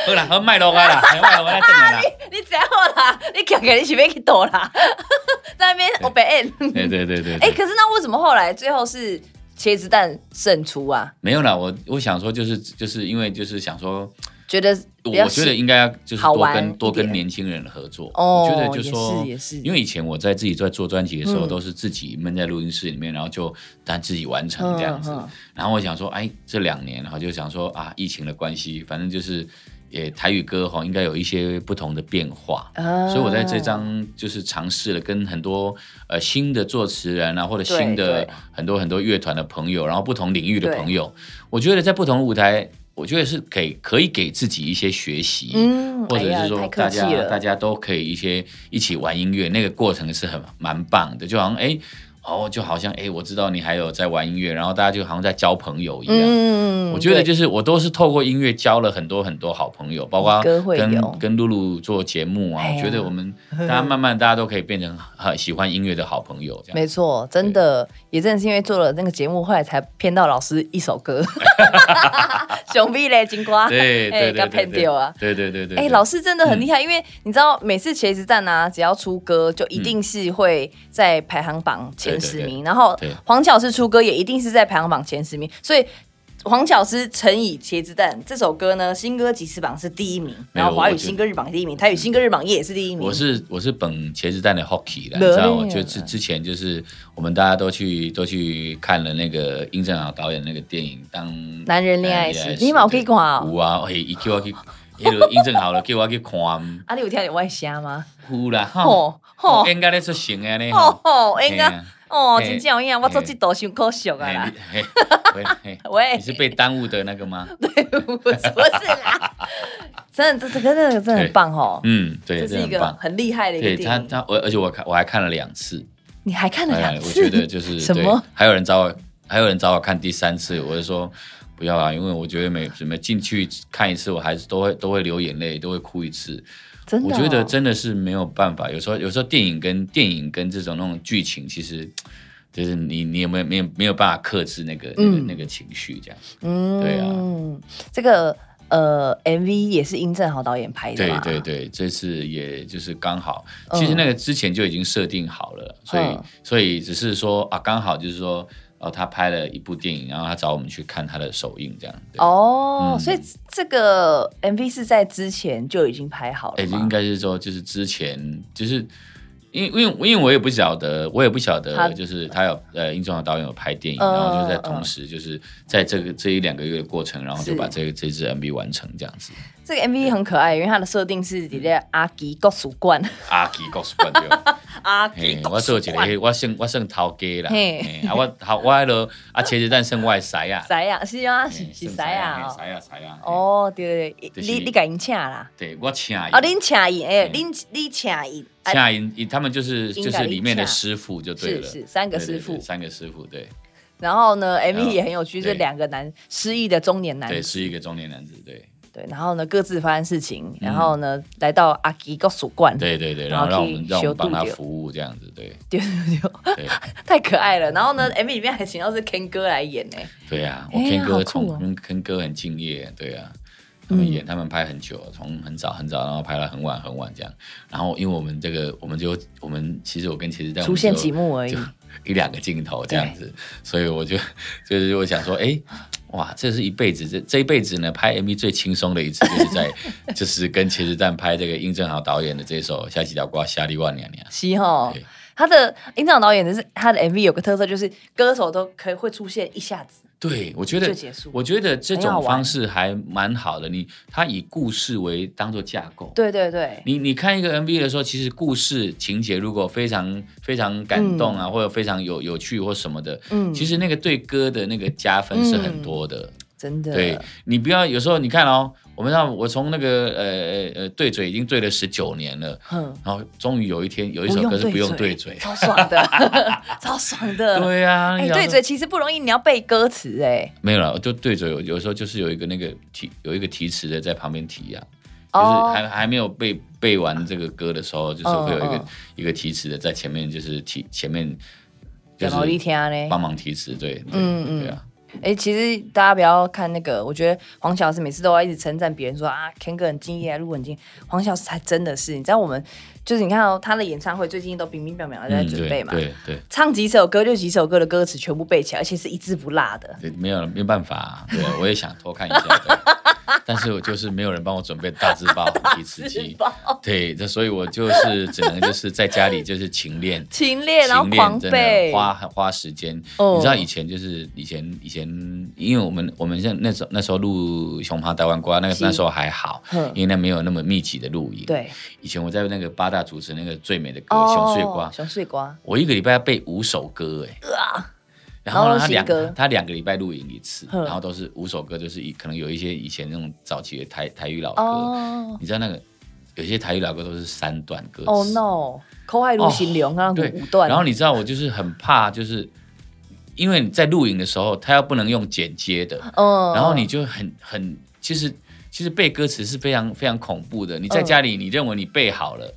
Speaker 1: 好啦，好卖落我啦，卖落我来等 啦。
Speaker 2: 你知好啦，你看看你是要去倒啦， 在那边我白演，
Speaker 1: 对对对对，
Speaker 2: 哎，
Speaker 1: 对
Speaker 2: 可是那为什么后来最后是茄子蛋胜出啊？
Speaker 1: 没有啦，我我想说就是就是因为就是想说。
Speaker 2: 觉得比较
Speaker 1: 我觉得
Speaker 2: 喜
Speaker 1: 应该要就是
Speaker 2: 好
Speaker 1: 多
Speaker 2: 玩一
Speaker 1: 跟多跟
Speaker 2: 点
Speaker 1: 年轻人合作。
Speaker 2: 哦
Speaker 1: 我觉得就说
Speaker 2: 也是也是
Speaker 1: 因为以前我在自己在做专辑的时候，
Speaker 2: 嗯
Speaker 1: 都是自己闷在录音室里面，然后就但自己完成这样子。
Speaker 2: 嗯嗯
Speaker 1: 然后我想说，哎，这两年哈，就想说啊，疫情的关系，反正就是也台语歌哈，应该有一些不同的变化。
Speaker 2: 啊
Speaker 1: 所以我在这张就是尝试了跟很多呃新的作词人啊，或者
Speaker 2: 对
Speaker 1: 新的
Speaker 2: 对
Speaker 1: 很多很多乐团的朋友，然后不同领域的
Speaker 2: 对
Speaker 1: 朋友，我觉得在不同的舞台，我觉得是给可以给自己一些学习。
Speaker 2: 嗯，
Speaker 1: 或
Speaker 2: 哎
Speaker 1: 者
Speaker 2: 呀
Speaker 1: 是说
Speaker 2: 太客
Speaker 1: 大
Speaker 2: 气
Speaker 1: 家、
Speaker 2: 了
Speaker 1: 大家都可以一些一起玩音乐，那个过程是很蛮棒的，就好像哎。哦，就好像哎，我知道你还有在玩音乐，然后大家就好像在交朋友一样。
Speaker 2: 嗯
Speaker 1: 我觉得
Speaker 2: 对
Speaker 1: 就是我都是透过音乐交了很多很多好朋友，包括
Speaker 2: 歌会有
Speaker 1: 跟跟露露做节目啊，
Speaker 2: 哎呀
Speaker 1: 我觉得我们 大家慢慢大家都可以变成很喜欢音乐的好朋友，这样
Speaker 2: 没错，真的也正是因为做了那个节目，后来才骗到老师一 首歌， 熊逼嘞，金瓜，
Speaker 1: 对
Speaker 2: 哎
Speaker 1: 对
Speaker 2: 给他
Speaker 1: 对对
Speaker 2: 骗掉啊。
Speaker 1: 对对对对，
Speaker 2: 哎、
Speaker 1: 对嗯
Speaker 2: 老师真的很厉害，因为你知道每次茄子蛋啊，只要出歌就一定是会在排行榜前十名，然后
Speaker 1: 对
Speaker 2: 黄巧师出歌也一定是在排行榜前十名，所以黄巧师乘以茄子蛋这首歌呢，新歌集市榜是第一名，
Speaker 1: 没有
Speaker 2: 然后华
Speaker 1: 我
Speaker 2: 语
Speaker 1: 觉得
Speaker 2: 新歌日榜第一名，台语新歌日榜也是第一名。
Speaker 1: 我是我是本茄子蛋的 hockey 的，
Speaker 2: 哪里
Speaker 1: 你知
Speaker 2: 啊
Speaker 1: 道吗，我就之之前就是我们大家都去都去看了那个殷正豪导演那个电影《当
Speaker 2: 男人恋爱时，你嘛有去看哦？
Speaker 1: 有啊，嘿，伊叫我去，迄个殷正豪了叫我去看，
Speaker 2: 啊，你有听你外虾吗？
Speaker 1: 有啦，吼，哦
Speaker 2: 吼吼
Speaker 1: 应该咧出行的呢，
Speaker 2: 哦
Speaker 1: 吼，
Speaker 2: 吼，应
Speaker 1: 嘿
Speaker 2: 该
Speaker 1: 啊
Speaker 2: 哦，
Speaker 1: 嘿
Speaker 2: 真正有影，我做这道伤可惜啊
Speaker 1: 嘿
Speaker 2: 啦哎
Speaker 1: 你。 嘿喂嘿
Speaker 2: 喂
Speaker 1: 哎你，是被耽误的那个 吗？
Speaker 2: 不是不是啦，真的，这这个真的真的很棒哦，
Speaker 1: 嗯，对，这
Speaker 2: 这是一
Speaker 1: 很
Speaker 2: 个
Speaker 1: 棒。
Speaker 2: 很厉害的一
Speaker 1: 对
Speaker 2: 个
Speaker 1: 他，
Speaker 2: 电影。
Speaker 1: 他我而且我看我还看了两次，
Speaker 2: 你还看了
Speaker 1: 哎呀
Speaker 2: 两
Speaker 1: 我觉
Speaker 2: 次？
Speaker 1: 得就是
Speaker 2: 什
Speaker 1: 对
Speaker 2: 么
Speaker 1: 还有人找我，还有人找我看第三次，我就说不要啦，因为我觉得每每进去看一次，我还是都会都会流眼泪，都会哭一次。
Speaker 2: 真的
Speaker 1: 我
Speaker 2: 哦，
Speaker 1: 觉得真的是没有办法，有时候有时候电影跟电影跟这种那种剧情，其实就是你你有没有没有没有办法克制那个、那
Speaker 2: 嗯
Speaker 1: 个那个情绪这样。
Speaker 2: 嗯
Speaker 1: 对啊
Speaker 2: 这个呃 MV 也是殷正豪导演拍的
Speaker 1: 对
Speaker 2: 嘛？
Speaker 1: 对
Speaker 2: 对，
Speaker 1: 对，这次也就是刚好，
Speaker 2: 嗯
Speaker 1: 其实那个之前就已经设定好了，所以、
Speaker 2: 嗯
Speaker 1: 所以只是说啊，刚好就是说，哦，他拍了一部电影，然后他找我们去看他的首映这样。对，
Speaker 2: 哦，
Speaker 1: 嗯
Speaker 2: 所以这个 MV 是在之前就已经拍好
Speaker 1: 哎、
Speaker 2: 了
Speaker 1: 就应
Speaker 2: 吗？
Speaker 1: 该是说，就是之前就是。因因为因为我也不晓得，我也不晓
Speaker 2: 他
Speaker 1: 得，就是他有呃，殷仲豪导演有拍电影，
Speaker 2: 嗯
Speaker 1: 然后就是在
Speaker 2: 嗯
Speaker 1: 同时，就是在这个这一两个月的过程，然后就是把这个这支 MV 完成这样子。
Speaker 2: 这个 MV 很可爱，因为它的设定是你在阿吉国术 馆，
Speaker 1: 阿奇告诉我对吧。
Speaker 2: 阿
Speaker 1: 嘿
Speaker 2: 吉，
Speaker 1: 我
Speaker 2: 国
Speaker 1: 做
Speaker 2: 术
Speaker 1: 一个
Speaker 2: 馆，
Speaker 1: 迄，我算我算头家啦。
Speaker 2: 嘿
Speaker 1: 嘿，啊我头我迄落啊茄子蛋算我的师啊。
Speaker 2: 谁呀？是啊，是
Speaker 1: 嘿
Speaker 2: 是
Speaker 1: 算
Speaker 2: 谁呀？
Speaker 1: 师啊师啊。哦，
Speaker 2: 哦，对对
Speaker 1: 就
Speaker 2: 对，
Speaker 1: 是
Speaker 2: 你你给因请啦，
Speaker 1: 对，我请
Speaker 2: 哦，
Speaker 1: 伊，
Speaker 2: 恁请因，哎，
Speaker 1: 嗯
Speaker 2: 恁你请因，哎，
Speaker 1: 请因因他们就是
Speaker 2: 应该
Speaker 1: 就是里面的
Speaker 2: 请
Speaker 1: 师傅就对
Speaker 2: 是
Speaker 1: 了。
Speaker 2: 是三
Speaker 1: 三
Speaker 2: 个师傅，
Speaker 1: 三个师傅，对
Speaker 2: 然后呢
Speaker 1: 然
Speaker 2: ，MV
Speaker 1: 后
Speaker 2: 也很有趣，
Speaker 1: 对
Speaker 2: 是两个男失忆的中年男
Speaker 1: 对，
Speaker 2: 子，
Speaker 1: 是一个中年男子，对
Speaker 2: 对，然后呢各自发生事情，然后呢来到阿吉国术馆，对
Speaker 1: 对对对，然
Speaker 2: 然后
Speaker 1: 后让我
Speaker 2: 去
Speaker 1: 们让我
Speaker 2: 修
Speaker 1: 们帮
Speaker 2: 度
Speaker 1: 他
Speaker 2: 就
Speaker 1: 服务这样子，对
Speaker 2: 对对，
Speaker 1: 对
Speaker 2: 太可爱了。然后呢，MV 里面还请到是 Ken 哥来演呢，
Speaker 1: 对啊，我
Speaker 2: 哎
Speaker 1: Ken
Speaker 2: 好
Speaker 1: 哥
Speaker 2: 酷哦
Speaker 1: 从跟
Speaker 2: 嗯
Speaker 1: Ken 哥很敬业，对啊，他们演，他们拍很久，从很早很早，然后拍了很晚很晚这样。然后因为我们这个，我们就我们其实我跟茄子蛋
Speaker 2: 出现几幕而已
Speaker 1: 就。 一两个镜头这样子，所以我就就是我想说，哎、哇，这是一辈子，这这一辈子呢，拍 MV 最轻松的一次，就是 在就是跟茄子蛋拍这个殷正豪导演的这首《下起条瓜下里万娘娘》。
Speaker 2: 西吼
Speaker 1: 对，
Speaker 2: 他的营长导演就是他的 MV 有个特色，就是歌手都可以会出现一下子，
Speaker 1: 对，我觉得
Speaker 2: 就结束
Speaker 1: 我觉得这
Speaker 2: 很好
Speaker 1: 种
Speaker 2: 玩
Speaker 1: 方式还蛮好的。你它以故事为当做架构，
Speaker 2: 对对对，
Speaker 1: 你你看一个 MV 的时候，其实故事情节如果非常非常感动啊，或者非常有有趣或什么的，
Speaker 2: 嗯，
Speaker 1: 其实那个对歌的那个加分是很多的。
Speaker 2: 真的
Speaker 1: 对你不要有时候你看哦，我们让我从那个呃呃呃对嘴已经对了十九年了，
Speaker 2: 哼，
Speaker 1: 然后终于有一天有一
Speaker 2: 嗯不
Speaker 1: 首
Speaker 2: 用
Speaker 1: 歌是不用
Speaker 2: 对
Speaker 1: 对嘴，
Speaker 2: 超爽的，超爽的，
Speaker 1: 对呀、
Speaker 2: 哎、
Speaker 1: 你想
Speaker 2: 对
Speaker 1: 说
Speaker 2: 嘴其实不容易，你要背歌词哎、
Speaker 1: 没有了，就对嘴有有时候就是有一个那个提有一个提词的在旁边提呀、
Speaker 2: 哦
Speaker 1: 就是还还没有背背完这个歌的时候，就是会有一个、
Speaker 2: 嗯嗯
Speaker 1: 一个提词的在前面，就是提前面就
Speaker 2: 有毛利
Speaker 1: 是
Speaker 2: 天嘞
Speaker 1: 帮！忙提词，对，对
Speaker 2: 嗯嗯
Speaker 1: 对啊，
Speaker 2: 哎、其实大家不要看那个，我觉得黄小是每次都要一直称赞别人说啊，Ken 哥很敬业，路很敬业。黄小是才真的是，你知道我们就是你看到、他的演唱会最近都乒乒乓乓地在
Speaker 1: 嗯
Speaker 2: 准备嘛，
Speaker 1: 对对
Speaker 2: 唱几首歌就几首歌的歌词全部背起来，而且是一字不落的。
Speaker 1: 对，没有了没办法、啊，对我也想偷看一下， 对但是我就是没有人帮我准备大字报提词机，对，这所以我就是只能就是在家里就是勤练，
Speaker 2: 勤练，然后
Speaker 1: 勤
Speaker 2: 狂
Speaker 1: 练真的
Speaker 2: 背，
Speaker 1: 花花时间。
Speaker 2: 哦
Speaker 1: 你知道以前就是以前以前，因为我们我们像那时候那时候录《熊爬台湾瓜》，那个
Speaker 2: 是
Speaker 1: 那时候还好
Speaker 2: 嗯，
Speaker 1: 因为那没有那么密集的录影。，
Speaker 2: 对，哦
Speaker 1: 以前我在那个八大主持那个最美的歌《熊睡瓜》，
Speaker 2: 熊碎瓜，
Speaker 1: 我一个礼拜要背五首歌哎、然
Speaker 2: 呃啊然后
Speaker 1: 后
Speaker 2: 都
Speaker 1: 呢，他
Speaker 2: 新歌
Speaker 1: 两他两个礼拜录影一次，
Speaker 2: 哼
Speaker 1: 然后都是五首歌，就是以可能有一些以前那种早期的台台语老歌，
Speaker 2: 哦
Speaker 1: 你知道那个有些台语老歌都是三段歌词哦
Speaker 2: 哦 no，口海如行流，刚刚
Speaker 1: 对
Speaker 2: 五，段，
Speaker 1: 然后你知道我就是很怕，就是因为你在录影的时候，他又不能用剪接的，
Speaker 2: 嗯
Speaker 1: 然后你就很很其实其实背歌词是非常非常恐怖的。你在家里你认为你背好了，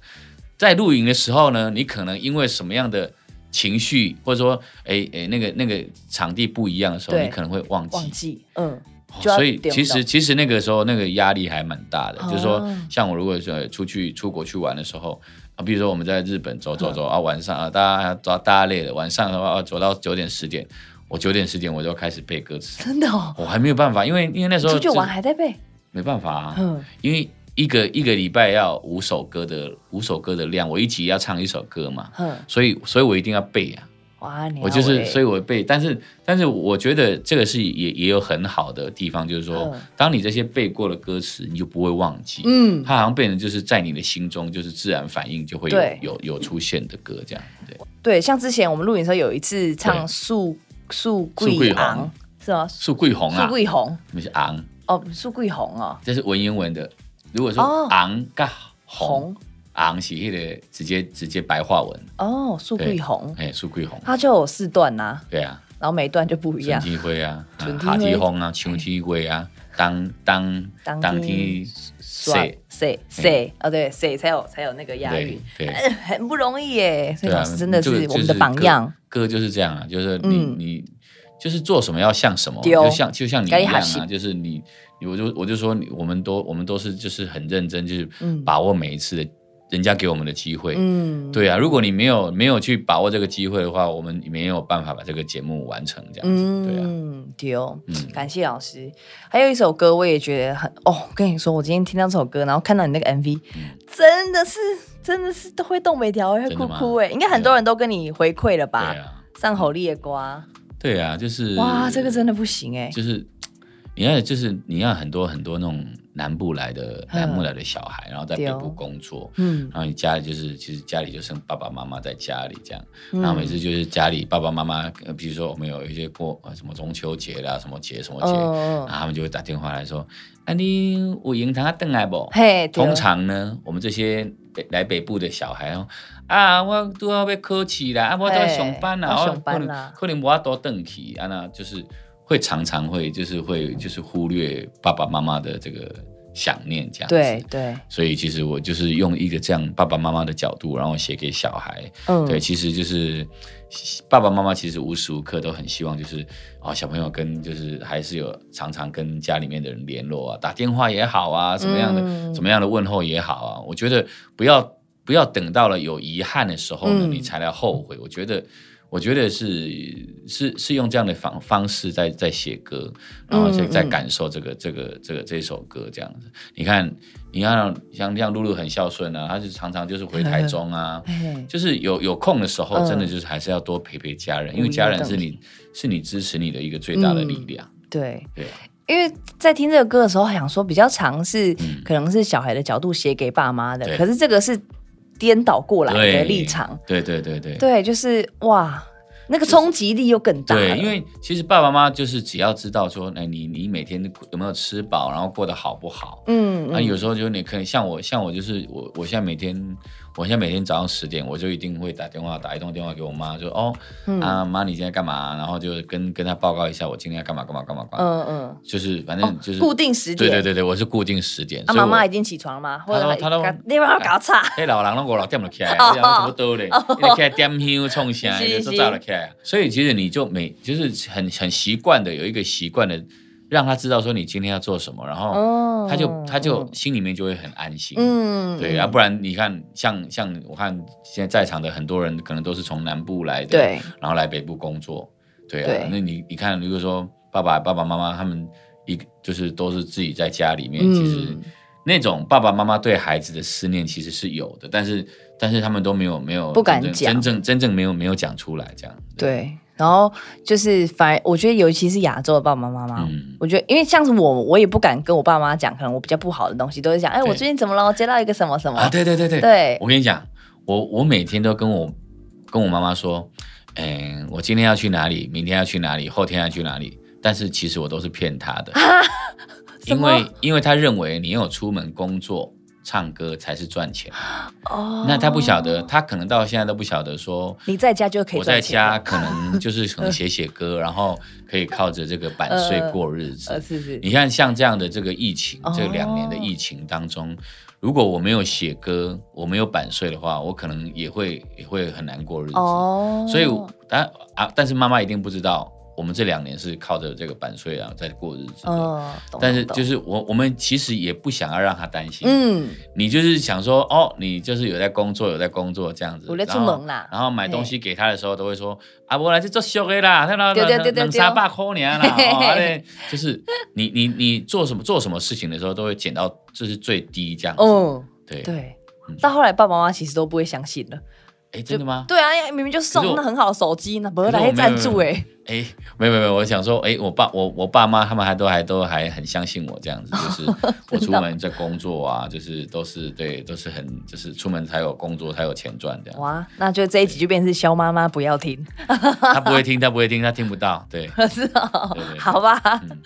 Speaker 1: 在录影的时候呢，你可能因为什么样的情绪，或者说哎哎那个那个场地不一样的时候，
Speaker 2: 对
Speaker 1: 你可能会忘
Speaker 2: 忘
Speaker 1: 记。
Speaker 2: 记，嗯，
Speaker 1: 哦
Speaker 2: 就要
Speaker 1: 所以
Speaker 2: 点不
Speaker 1: 其
Speaker 2: 到
Speaker 1: 实其实那个时候那个压力还蛮大的，
Speaker 2: 哦
Speaker 1: 就是说像我如果说出去出国去玩的时候。啊，比如说我们在日本走走走
Speaker 2: 嗯
Speaker 1: 啊，晚上啊，大家走到大家累了，晚上的话啊，走到九点十点，我九点十点我就开始背歌词，
Speaker 2: 真的哦，
Speaker 1: 我还没有办法，因为因为那时候
Speaker 2: 出去
Speaker 1: 就
Speaker 2: 玩还在背，
Speaker 1: 没办法啊，
Speaker 2: 嗯，
Speaker 1: 因为一个一个礼拜要五首歌的五首歌的量，我一集要唱一首歌嘛，
Speaker 2: 哼，
Speaker 1: 所以所以我一定要背啊，
Speaker 2: 哇，你欸
Speaker 1: 我就是所
Speaker 2: 以
Speaker 1: 以我背，但是但是我觉得这个是也也有很好的地方，就是说
Speaker 2: 嗯，
Speaker 1: 当你这些背过的歌词，你就不会忘记，
Speaker 2: 嗯，
Speaker 1: 它好像变成就是在你的心中就是自然反应就会
Speaker 2: 对
Speaker 1: 有有有出现的歌这样，对，
Speaker 2: 对，像之前我们录影的时候有一次唱
Speaker 1: 对
Speaker 2: 素素
Speaker 1: 素桂
Speaker 2: 桂昂
Speaker 1: 昂
Speaker 2: 是吗？
Speaker 1: 素桂红
Speaker 2: 素
Speaker 1: 啊，
Speaker 2: 桂红
Speaker 1: 我们是昂，
Speaker 2: 哦，素桂红哦，
Speaker 1: 这是文言文的，如果说
Speaker 2: 哦
Speaker 1: 昂嘎红
Speaker 2: 红
Speaker 1: 昂是那个直接直接白话文，
Speaker 2: 哦，素
Speaker 1: 对
Speaker 2: 桂红，
Speaker 1: 哎，素桂红，
Speaker 2: 它就有四段呐、
Speaker 1: 对啊，
Speaker 2: 然后每一段就不一
Speaker 1: 春
Speaker 2: 样，
Speaker 1: 天花啊，
Speaker 2: 春
Speaker 1: 啊
Speaker 2: 天花
Speaker 1: 夏天风啊，秋天花啊，当当
Speaker 2: 当
Speaker 1: 当
Speaker 2: 天
Speaker 1: 天
Speaker 2: 谁
Speaker 1: 雪，
Speaker 2: 谁谁哦，对，谁才有才有那个押韵
Speaker 1: 对。对。
Speaker 2: 很不容易耶，所以
Speaker 1: 对啊
Speaker 2: 老师真的
Speaker 1: 这个
Speaker 2: 是
Speaker 1: 就
Speaker 2: 我们的榜样。
Speaker 1: 歌就是这样啊，就是你、
Speaker 2: 嗯
Speaker 1: 你就是做什么要像什么，
Speaker 2: 对哦
Speaker 1: 就像就像你一
Speaker 2: 该
Speaker 1: 样
Speaker 2: 哈西
Speaker 1: 啊，就是你，你我就我就说你，我们都我们都是就是很认真，就是
Speaker 2: 嗯
Speaker 1: 把握每一次的、人家给我们的机会。
Speaker 2: 嗯，
Speaker 1: 对啊，如果你没有没有去把握这个机会的话，我们没有办法把这个节目完成这样子。对啊，
Speaker 2: 嗯，对哦，
Speaker 1: 嗯
Speaker 2: 感谢老师。还有一首歌，我也觉得很哦，我跟你说，我今天听到这首歌，然后看到你那个 MV，、
Speaker 1: 嗯
Speaker 2: 真的是真的是都会动北条，会
Speaker 1: 真
Speaker 2: 哭
Speaker 1: 的吗
Speaker 2: 哭哎，应该很多人都跟你回馈了吧
Speaker 1: 嗯对？啊，
Speaker 2: 上口裂瓜，
Speaker 1: 对啊，就是
Speaker 2: 哇，这个真的不行哎，
Speaker 1: 就是你看，就是你看很多很多那种南部来的
Speaker 2: 嗯
Speaker 1: 南部来的小孩，然后在
Speaker 2: 对
Speaker 1: 北
Speaker 2: 哦
Speaker 1: 部工作，
Speaker 2: 嗯，
Speaker 1: 然后你家里就是，其实家里就剩爸爸妈妈在家里这样，
Speaker 2: 嗯
Speaker 1: 然后每次就是家里爸爸妈妈，呃比如说我们有一些过呃什么中秋节啦，什么节什么节，
Speaker 2: 嗯
Speaker 1: 然后他们就会打电话来说，啊你有银堂等来不？
Speaker 2: 嘿，对哦
Speaker 1: 通常呢，我们这些北来北部的小孩哦，啊，我都要被考试啦，啊，我都要上班啦，
Speaker 2: 嘿我
Speaker 1: 我
Speaker 2: 上班啦
Speaker 1: 可能可能我都等去，啊，那就是会常常会就是会就是忽略爸爸妈妈的这个想念这样子。
Speaker 2: 对，对，
Speaker 1: 所以其实我就是用一个这样爸爸妈妈的角度，然后写给小孩。
Speaker 2: 嗯，
Speaker 1: 对，其实就是爸爸妈妈其实无时无刻都很希望，就是啊、哦小朋友跟就是还是有常常跟家里面的人联络啊，打电话也好啊，什么样的、
Speaker 2: 嗯
Speaker 1: 怎么样的问候也好啊，我觉得不要不要等到了有遗憾的时候呢，
Speaker 2: 嗯
Speaker 1: 你才来后悔。我觉得。我觉得是是是用这样的方方式在在写歌，然后再
Speaker 2: 嗯
Speaker 1: 再
Speaker 2: 嗯
Speaker 1: 感受这个这个这个这首歌这样子。你看，你看像像露露很孝顺啊，她就常常就是回台中啊，
Speaker 2: 嘿
Speaker 1: 就是有有空的时候，
Speaker 2: 嗯
Speaker 1: 真的就是还是要多陪陪家人，
Speaker 2: 嗯
Speaker 1: 因为家人是你是你支持你的一个最大的力量。
Speaker 2: 对，
Speaker 1: 对，啊
Speaker 2: 因为在听这个歌的时候，想说比较常是、
Speaker 1: 嗯
Speaker 2: 可能是小孩的角度写给爸妈的，
Speaker 1: 对
Speaker 2: 可是这个是颠倒过来的
Speaker 1: 对
Speaker 2: 立场，
Speaker 1: 对对对对
Speaker 2: 对，就是哇，那个冲击力又更大了，
Speaker 1: 对，因为其实爸爸妈妈就是只要知道说，哎，你你每天有没有吃饱，然后过得好不好。
Speaker 2: 嗯，
Speaker 1: 啊，
Speaker 2: 嗯
Speaker 1: 有时候就你可能像我，像我就是我，我现在每天，我现在每天早上十点，我就一定会打电话，打一通电话给我妈，就哦，
Speaker 2: 嗯
Speaker 1: 啊妈，你今天干嘛？然后就跟跟她报告一下我今天要干嘛干嘛干嘛干嘛，
Speaker 2: 嗯嗯，
Speaker 1: 就是反
Speaker 2: 哦
Speaker 1: 正就是、
Speaker 2: 固定时
Speaker 1: 对
Speaker 2: 点，
Speaker 1: 对对对，我是固定十点。
Speaker 2: 啊，
Speaker 1: 所以
Speaker 2: 妈
Speaker 1: 我
Speaker 2: 妈已经起床了吗？或者
Speaker 1: 她都她都
Speaker 2: 你妈妈搞差，
Speaker 1: 迄老人拢五六点就起来，
Speaker 2: 哦
Speaker 1: 你讲什么都嘞，你起来点香创啥，
Speaker 2: 是
Speaker 1: 你就早就起来。所以其实你就每就是很很习惯的有一个习惯的，让他知道说你今天要做什么，然后
Speaker 2: 哦
Speaker 1: 他就他就心里面就会很安心。
Speaker 2: 嗯
Speaker 1: 对，要、啊不然你看，像像我看现在在场的很多人，可能都是从南部来的，，
Speaker 2: 对
Speaker 1: 然后来北部工作，对啊。
Speaker 2: 对
Speaker 1: 那你你看，如果说爸爸爸爸妈妈他们一个就是都是自己在家里面，
Speaker 2: 嗯
Speaker 1: 其实那种爸爸妈妈对孩子的思念其实是有的，但是但是他们都没有没有
Speaker 2: 不敢
Speaker 1: 真正
Speaker 2: 讲
Speaker 1: 真正真正没有没有讲出来这样。，
Speaker 2: 对，然后就是反而我觉得尤其是亚洲的爸爸妈妈，
Speaker 1: 嗯，
Speaker 2: 我觉得，因为像是我，我也不敢跟我爸妈讲，可能我比较不好的东西，都会讲，哎，
Speaker 1: 对
Speaker 2: 我最近怎么了？我接到一个什么什么，
Speaker 1: 啊，对对对对，
Speaker 2: 对
Speaker 1: 我跟你讲，我我每天都跟我跟我妈妈说，嗯，我今天要去哪里，明天要去哪里，后天要去哪里。但是其实我都是骗她的，
Speaker 2: 啊 什
Speaker 1: 因
Speaker 2: 么
Speaker 1: 为因为她认为你有出门工作、唱歌才是赚钱。
Speaker 2: 哦
Speaker 1: 那她不晓得，她可能到现在都不晓得说，
Speaker 2: 你在家就可以
Speaker 1: 我在
Speaker 2: 赚钱了，嗯
Speaker 1: 家可能就是可能写写歌，然后可以靠着这个版税过日子。
Speaker 2: 呃，是是，
Speaker 1: 你看，像这样的这个疫情，
Speaker 2: 哦
Speaker 1: 这两年的疫情当中，如果我没有写歌，我没有版税的话，我可能也会也会很难过日子。
Speaker 2: 哦，
Speaker 1: 所以我，但啊，但是妈妈一定不知道，我们这两年是靠着这个版税啊在过日子的。
Speaker 2: 嗯，懂
Speaker 1: 但是
Speaker 2: 懂懂
Speaker 1: 就是我我们其实也不想要让她担心，
Speaker 2: 嗯，
Speaker 1: 你就是想说哦，你就是有在工作，有在工作这样子。
Speaker 2: 有在出
Speaker 1: 然后
Speaker 2: 门啦
Speaker 1: 然后买东西给他的时候，都会说啊，我来这做小的啦，那那
Speaker 2: 对对对对
Speaker 1: 两
Speaker 2: 对哦
Speaker 1: 三百块年啦，
Speaker 2: 嘿嘿嘿
Speaker 1: 哦啊嘞，就是你你你做什么做什么事情的时候，都会减到就是最低这样子。
Speaker 2: 哦，
Speaker 1: 对，
Speaker 2: 对
Speaker 1: 嗯。
Speaker 2: 到后来，爸爸妈妈其实都不会相信了。
Speaker 1: 哎，真的吗？
Speaker 2: 对啊，因为明明就
Speaker 1: 可是
Speaker 2: 送
Speaker 1: 我
Speaker 2: 那很好的手机，那不
Speaker 1: 可
Speaker 2: 会
Speaker 1: 是我
Speaker 2: 来
Speaker 1: 没有
Speaker 2: 赞助哎。
Speaker 1: 哎，没有没有没有，我想说，哎，我爸我我爸妈他们还都还都还很相信我这样子，就是
Speaker 2: 哦
Speaker 1: 我出门在工作啊，就是都是对都是很就是出门才有工作才有钱赚这样。
Speaker 2: 哇，那就这一集就变成是肖妈妈不要听，
Speaker 1: 他不会听，他不会听，他听不到。 对，
Speaker 2: 是哦
Speaker 1: 对对对
Speaker 2: 好吧
Speaker 1: 嗯？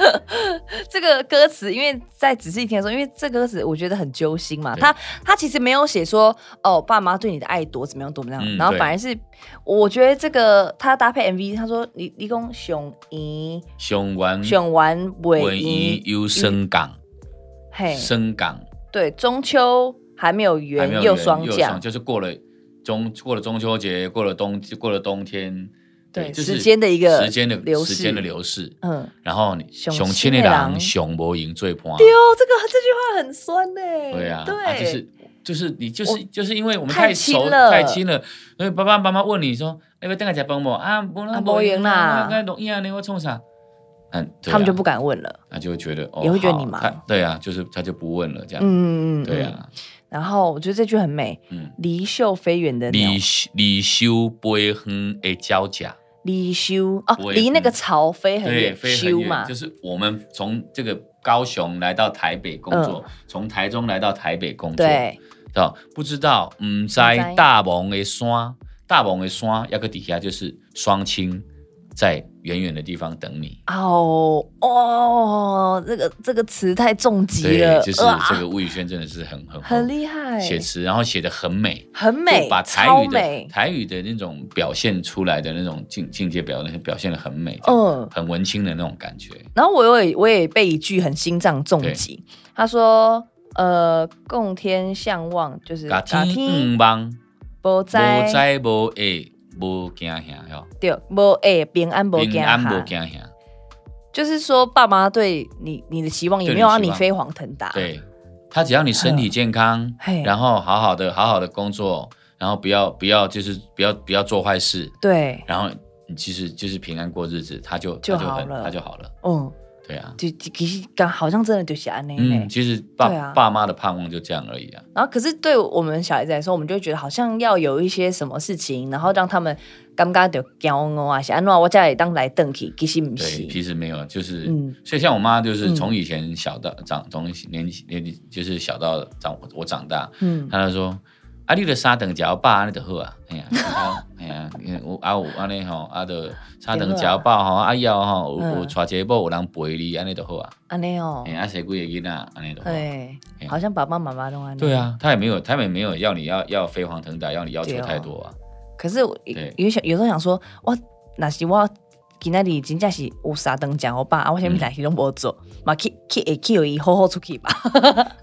Speaker 2: 这个歌词，因为在仔细听的时候，因为这歌词我觉得很揪心嘛。
Speaker 1: 对
Speaker 2: 他他其实没有写说哦，爸妈对你的爱多怎么样多么样，
Speaker 1: 嗯
Speaker 2: 然后
Speaker 1: 对
Speaker 2: 反而是我觉得这个他搭配 MV，他说你你讲熊赢
Speaker 1: 熊丸
Speaker 2: 熊完尾
Speaker 1: 文一
Speaker 2: 赢，
Speaker 1: 优生港，
Speaker 2: 嘿，
Speaker 1: 生港
Speaker 2: 对，中秋还没有
Speaker 1: 还没有
Speaker 2: 圆又
Speaker 1: 人
Speaker 2: 霜
Speaker 1: 又
Speaker 2: 降，
Speaker 1: 就是过了中过了中秋节，过了冬过了冬天，
Speaker 2: 对
Speaker 1: 就是
Speaker 2: 时间的一个
Speaker 1: 时间的
Speaker 2: 流逝
Speaker 1: 时间的流逝。
Speaker 2: 嗯，
Speaker 1: 然后你
Speaker 2: 熊
Speaker 1: 熊
Speaker 2: 七
Speaker 1: 千
Speaker 2: 内
Speaker 1: 的
Speaker 2: 郎
Speaker 1: 郎熊博赢最怕，
Speaker 2: 哟，这个这句话很酸呢、
Speaker 1: 对啊，
Speaker 2: 对，
Speaker 1: 啊就是就是你就
Speaker 2: 我
Speaker 1: 是就是因为我们
Speaker 2: 太
Speaker 1: 太
Speaker 2: 亲
Speaker 1: 熟
Speaker 2: 了
Speaker 1: 太亲了，所以爸爸妈妈问你说，哎要不要等下吃饭不？啊，不
Speaker 2: 啊
Speaker 1: 啦，
Speaker 2: 没闲啦
Speaker 1: 那录音啊，你我冲啥？嗯，对啊
Speaker 2: 他们就不敢问了，
Speaker 1: 他就会觉得哦，
Speaker 2: 也会觉得你
Speaker 1: 好
Speaker 2: 忙
Speaker 1: 他对啊，就是他就不问了这样。
Speaker 2: 嗯，嗯嗯
Speaker 1: 对。啊，
Speaker 2: 然后我觉得这句很美，
Speaker 1: 嗯，
Speaker 2: 离袖飞远的鸟
Speaker 1: 离，离休飞远的交甲，
Speaker 2: 离休哦，
Speaker 1: 不会
Speaker 2: 离那个巢飞很
Speaker 1: 对，
Speaker 2: 远，
Speaker 1: 飞很
Speaker 2: 休嘛
Speaker 1: 远，就，是我们从这个高雄来到台北工作，从台中来到台北工作，
Speaker 2: 嗯对，
Speaker 1: 知道不知道？嗯唔知
Speaker 2: 不知
Speaker 1: 大蒙的山，大蒙的山，要个底下就是双亲在远远的地方等你。
Speaker 2: 哦哦，这个这个词太重
Speaker 1: 对
Speaker 2: 疾了，，
Speaker 1: 就是
Speaker 2: 哇
Speaker 1: 这个吴宇轩真的是很很
Speaker 2: 很厉害，
Speaker 1: 写词，然后写的很美，
Speaker 2: 很
Speaker 1: 就
Speaker 2: 美，
Speaker 1: 把台
Speaker 2: 超
Speaker 1: 语的
Speaker 2: 美，
Speaker 1: 台语的那种表现出来的那种境境界表现表现的很美，嗯，
Speaker 2: 嗯。
Speaker 1: 很文青的那种感觉。
Speaker 2: 然后我也我也被一句很心脏重击，他说：“呃，共天相望就是
Speaker 1: 嘎天
Speaker 2: 天
Speaker 1: 唔帮，
Speaker 2: 无
Speaker 1: 无
Speaker 2: 灾
Speaker 1: 灾无爱，无惊吓哟，
Speaker 2: 对无哎平安无
Speaker 1: 平
Speaker 2: 惊
Speaker 1: 安
Speaker 2: 哈
Speaker 1: 无惊吓。
Speaker 2: 就是说爸妈对你你的期望也
Speaker 1: 对
Speaker 2: 没有
Speaker 1: 你
Speaker 2: 让
Speaker 1: 期
Speaker 2: 你
Speaker 1: 望
Speaker 2: 飞黄腾达，，
Speaker 1: 对他只要你身体健康
Speaker 2: 嘿，
Speaker 1: 然后好好的好好的工作，然后不要不要就是不要不要做坏事，
Speaker 2: 对，
Speaker 1: 然后你其实就是平安过日子，他就
Speaker 2: 就
Speaker 1: 他就
Speaker 2: 好
Speaker 1: 很
Speaker 2: 了
Speaker 1: 他就好了，
Speaker 2: 嗯，
Speaker 1: 对啊。
Speaker 2: 就就其实刚好像真的就是安内
Speaker 1: 嗯，
Speaker 2: 呢。
Speaker 1: 其实爸、
Speaker 2: 对啊
Speaker 1: 爸妈的盼望就这样而已啊。
Speaker 2: 然后可是对我们小孩子来说，我们就会觉得好像要有一些什么事情，然后让他们尴尬的骄傲啊，是安诺我家里当来邓去，其实不
Speaker 1: 对，
Speaker 2: 是，
Speaker 1: 其实没有，就是，
Speaker 2: 嗯
Speaker 1: 所以像我妈就是
Speaker 2: 嗯
Speaker 1: 从以前小到长，从年纪年纪就是小到长我我长大，
Speaker 2: 嗯，
Speaker 1: 她就说。啊，你的三顿食饱，安尼就好啊。哎呀，哎呀，因为有啊有安尼吼，啊就三顿食饱吼，啊以后吼有
Speaker 2: 嗯
Speaker 1: 有娶一个某有人陪你，安尼就好啊。
Speaker 2: 安内哦
Speaker 1: 哎，，啊生几个囡仔，安尼就好啊。
Speaker 2: 对
Speaker 1: 哎，呀
Speaker 2: 好像爸爸妈妈都安内。
Speaker 1: 对，啊，她也没有，她也没有要你要要飞黄腾达，要你要求
Speaker 2: 对哦
Speaker 1: 太多啊。
Speaker 2: 可是我
Speaker 1: 对
Speaker 2: 有想有时候想说，我那是我今天里真正是有啥当讲我爸，啊，我
Speaker 1: 嗯
Speaker 2: 现在代志都没做，嘛去去会去伊好好出去吧。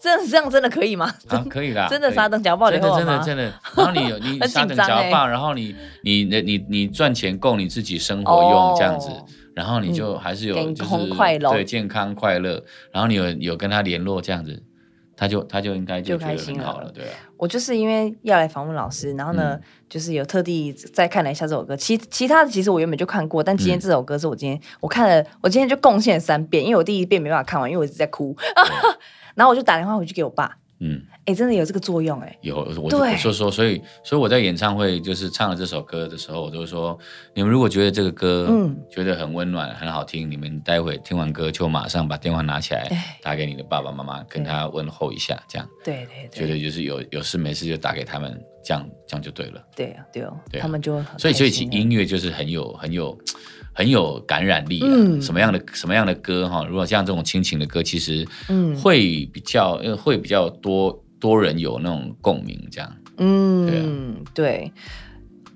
Speaker 2: 这样这样真的可以吗？
Speaker 1: 啊，可以啦，
Speaker 2: 哦 真的
Speaker 1: 可以
Speaker 2: 沙灯脚爆
Speaker 1: 真
Speaker 2: 雷
Speaker 1: 的
Speaker 2: 后
Speaker 1: 真的
Speaker 2: 吗？
Speaker 1: 真的，然后你 有你
Speaker 2: 很
Speaker 1: 沙等
Speaker 2: 紧张
Speaker 1: 脚
Speaker 2: 欸
Speaker 1: 棒，然后你你你你你赚钱够你自己生活
Speaker 2: 哦
Speaker 1: 用这样子，然后你
Speaker 2: 嗯
Speaker 1: 就还是有
Speaker 2: 健
Speaker 1: 就
Speaker 2: 康
Speaker 1: 是
Speaker 2: 快乐
Speaker 1: 对健康快乐，然后你有有跟他联络这样子，他就他就应该就
Speaker 2: 就
Speaker 1: 觉
Speaker 2: 开
Speaker 1: 得
Speaker 2: 心
Speaker 1: 很好
Speaker 2: 了
Speaker 1: 了，对啊，
Speaker 2: 我就是因为要来访问老师，然后
Speaker 1: 嗯
Speaker 2: 呢，就是有特地再看了一下这首歌。其其他的其实我原本就看过，但
Speaker 1: 嗯
Speaker 2: 今天这首歌是我今天、我看了，我今天就贡献了三遍，因为我第一遍没办法看完，因为我一直在哭。 然后我就打电话回去给我爸，
Speaker 1: 嗯，
Speaker 2: 哎、真的有这个作用哎、
Speaker 1: 有我我
Speaker 2: 对
Speaker 1: 我说说，所以所以我在演唱会就是唱了这首歌的时候，我就说，你们如果觉得这个歌
Speaker 2: 嗯
Speaker 1: 觉得很温暖很好听，你们待会听完歌就马上把电话拿起来
Speaker 2: 哎
Speaker 1: 打给你的爸爸妈妈，跟
Speaker 2: 对
Speaker 1: 他问候一下，这样。
Speaker 2: 对对
Speaker 1: 觉
Speaker 2: 对，
Speaker 1: 得就是有有事没事就打给他们，这样这样就对了。
Speaker 2: 对啊对哦，
Speaker 1: 对啊
Speaker 2: 他们就很
Speaker 1: 所以所以
Speaker 2: 开
Speaker 1: 其
Speaker 2: 心
Speaker 1: 实
Speaker 2: 欸
Speaker 1: 音乐就是很有很有很有感染力啊。
Speaker 2: 嗯
Speaker 1: 什么样的什么样的歌哈，如果像这种亲情的歌，其实
Speaker 2: 嗯
Speaker 1: 会比较、呃会比较多多人有那种共鸣，这样啊
Speaker 2: 嗯对，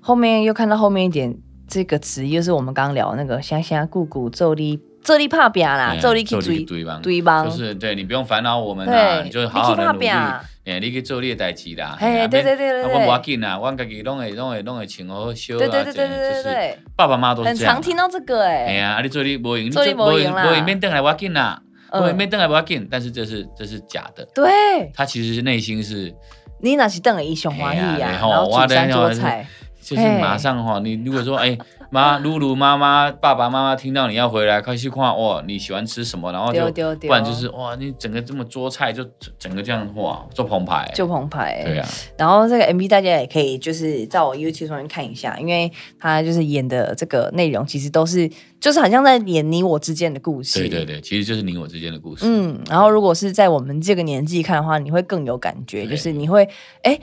Speaker 2: 后面又看到后面一点这个词，又是我们刚刚聊的那个香香姑姑咒力咒力怕表啦，
Speaker 1: 啊
Speaker 2: 咒力去追
Speaker 1: 对吧？
Speaker 2: 追帮
Speaker 1: 就。是对你不用烦恼我们啊，
Speaker 2: 对，
Speaker 1: 你就是好好的努
Speaker 2: 你
Speaker 1: 力
Speaker 2: 去，打拼
Speaker 1: 哎，你去做你的代志啦。
Speaker 2: 嘿
Speaker 1: 啊
Speaker 2: 对对对对
Speaker 1: 啊
Speaker 2: 对
Speaker 1: 我无要紧啦，我家己拢会拢会拢会穿好小啊，
Speaker 2: 对对对
Speaker 1: 这
Speaker 2: 对对
Speaker 1: 样
Speaker 2: 对
Speaker 1: 就是
Speaker 2: 对，
Speaker 1: 爸爸妈妈都是
Speaker 2: 很
Speaker 1: 这样
Speaker 2: 常
Speaker 1: 啊。
Speaker 2: 听到这个
Speaker 1: 哎
Speaker 2: 哎，
Speaker 1: 呀，啊你做你无用，你
Speaker 2: 做你无用啦
Speaker 1: 无用免等来我要紧啦，无用
Speaker 2: 嗯，
Speaker 1: 免等来我要紧，但是这是这是假的，
Speaker 2: 对，
Speaker 1: 他其实是内心是
Speaker 2: 你那是邓了一雄华裔
Speaker 1: 哎呀然
Speaker 2: 呀，然
Speaker 1: 后
Speaker 2: 后
Speaker 1: 我
Speaker 2: 煮三
Speaker 1: 在
Speaker 2: 桌菜，
Speaker 1: 就是
Speaker 2: 嘿
Speaker 1: 马上哈，你如果说哎妈露露妈妈爸爸妈妈听到你要回来，快去看哇你喜欢吃什么，然后
Speaker 2: 丢
Speaker 1: 就
Speaker 2: 丢丢，
Speaker 1: 不然就是哇你整个这么桌菜就整整个这样哇做澎湃，
Speaker 2: 就澎湃，
Speaker 1: 对呀，啊
Speaker 2: 然后这个 MV 大家也可以就是在我 YouTube 上面看一下，因为他就是演的这个内容其实都是就是很像在演你我之间的故事。
Speaker 1: 对对。对，其实就是你我之间的故事，
Speaker 2: 嗯，然后如果是在我们这个年纪看的话，你会更有感觉，
Speaker 1: 对
Speaker 2: 就是你会哎。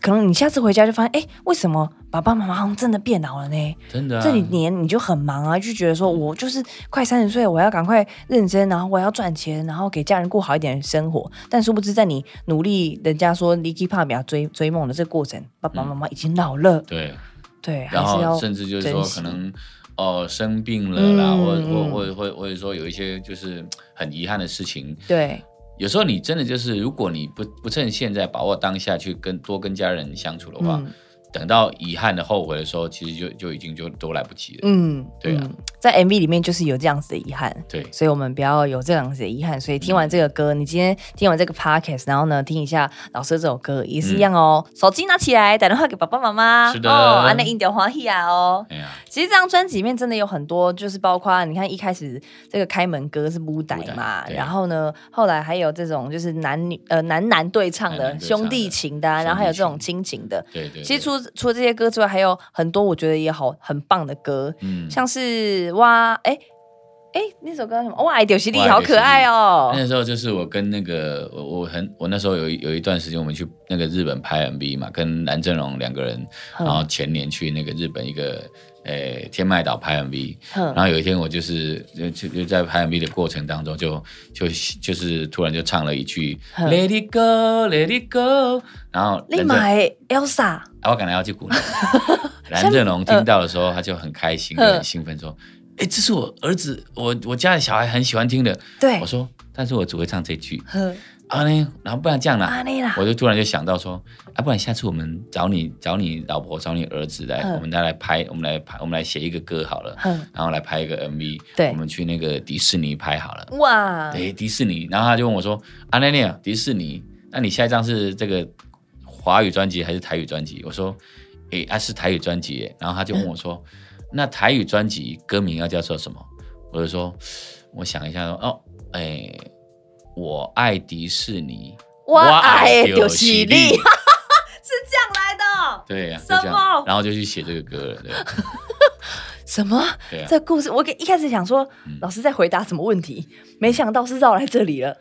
Speaker 2: 可能你下次回家就发现，哎，为什么爸爸妈妈好像真的变老了呢？
Speaker 1: 真的啊，
Speaker 2: 这几年你就很忙啊，就觉得说我就是快三十岁，我要赶快认真，然后我要赚钱，然后给家人过好一点的生活。但殊不知，在你努力，人家说 “Licky 怕表追追梦”的这个过程，爸爸妈妈已经老了，
Speaker 1: 对。
Speaker 2: 对，还
Speaker 1: 然
Speaker 2: 是要
Speaker 1: 后甚至就是说
Speaker 2: 珍
Speaker 1: 可
Speaker 2: 惜
Speaker 1: 能哦生病了啦，或
Speaker 2: 嗯
Speaker 1: 或
Speaker 2: 嗯
Speaker 1: 或或或者说有一些就是很遗憾的事情，
Speaker 2: 对
Speaker 1: 有时候你真的就是如果你不不趁现在把握当下去跟多跟家人相处的话，
Speaker 2: 嗯
Speaker 1: 等到遗憾的后悔的时候，其实就就已经就都来不及了。
Speaker 2: 嗯，
Speaker 1: 对啊
Speaker 2: 嗯，在 MV 里面就是有这样子的遗憾。
Speaker 1: 对，
Speaker 2: 所以我们不要有这样子的遗憾。所以听完这个歌，你今天听完这个 podcast，然后呢，听一下老师的这首歌也是一样哦。手机拿起来，打电话给爸爸妈妈。
Speaker 1: 嗯是的
Speaker 2: 哦，安内应点欢喜啊哦。
Speaker 1: 哎呀，
Speaker 2: 其实这张专辑里面真的有很多，就是包括你看一开始这个开门歌是舞台嘛
Speaker 1: 舞台，对
Speaker 2: 然后呢，后来还有这种就是男女呃男男对唱
Speaker 1: 男
Speaker 2: 的
Speaker 1: 男对唱的
Speaker 2: 兄弟情的
Speaker 1: 兄
Speaker 2: 啊、
Speaker 1: 弟情
Speaker 2: 然后还有这种亲情的。
Speaker 1: 对对对，
Speaker 2: 其实除除了这些歌之外，还有很多我觉得也好很棒的歌，
Speaker 1: 嗯
Speaker 2: 像是哇哎哎，那首歌叫什么？哇，丢犀利，好可爱哦！
Speaker 1: 那时候就是嗯我跟那个我我很我那时候有一有一段时间我们去那个日本拍 MV 嘛，跟蓝正龙两个人，
Speaker 2: 嗯
Speaker 1: 然后前年去那个日本一个诶、天麦岛拍 MV，
Speaker 2: 哼
Speaker 1: 然后有一天我就是就就就在拍 MV 的过程当中就就就是突然就唱了一句
Speaker 2: 嗯
Speaker 1: Let it go, Let it go，然后
Speaker 2: 立
Speaker 1: 蓝
Speaker 2: 马
Speaker 1: 正
Speaker 2: 的 Elsa，
Speaker 1: 啊我赶来要去鼓 励蓝正龙听到的时候他就很开心
Speaker 2: 嗯
Speaker 1: 很兴奋说，哎、这是我儿子我我家的小孩很喜欢听的。
Speaker 2: 对
Speaker 1: 我，说，但是我只会唱这句
Speaker 2: 哼，
Speaker 1: 啊呢，然后不然这样啦，
Speaker 2: 阿内啦，
Speaker 1: 我就突然就想到说，啊，不然下次我们找你找你老婆找你儿子来，
Speaker 2: 嗯
Speaker 1: 我们再来拍，我们来拍，我们来写一个歌好了，
Speaker 2: 哼，
Speaker 1: 然后来拍一个 MV，
Speaker 2: 对
Speaker 1: 我们去那个迪士尼拍好了，
Speaker 2: 哇，
Speaker 1: 对，迪士尼，然后他就问我说，啊，那那迪士尼，那你下一张是这个华语专辑还是台语专辑？我说，诶，啊是台语专辑耶，然后他就问我说，那台语专辑歌名要叫做什么？我就说，我想一下说，哦，诶，我爱迪士尼。
Speaker 2: 我爱丢犀
Speaker 1: 喜
Speaker 2: 利，
Speaker 1: 力，
Speaker 2: 是这样来的。哦
Speaker 1: 对啊呀、就
Speaker 2: 什么
Speaker 1: 这样，然后就去写这个歌了，对
Speaker 2: 什么？
Speaker 1: 对啊嗯
Speaker 2: 这故事，我给一开始想说，老师在回答什么问题，没想到是绕来这 里了。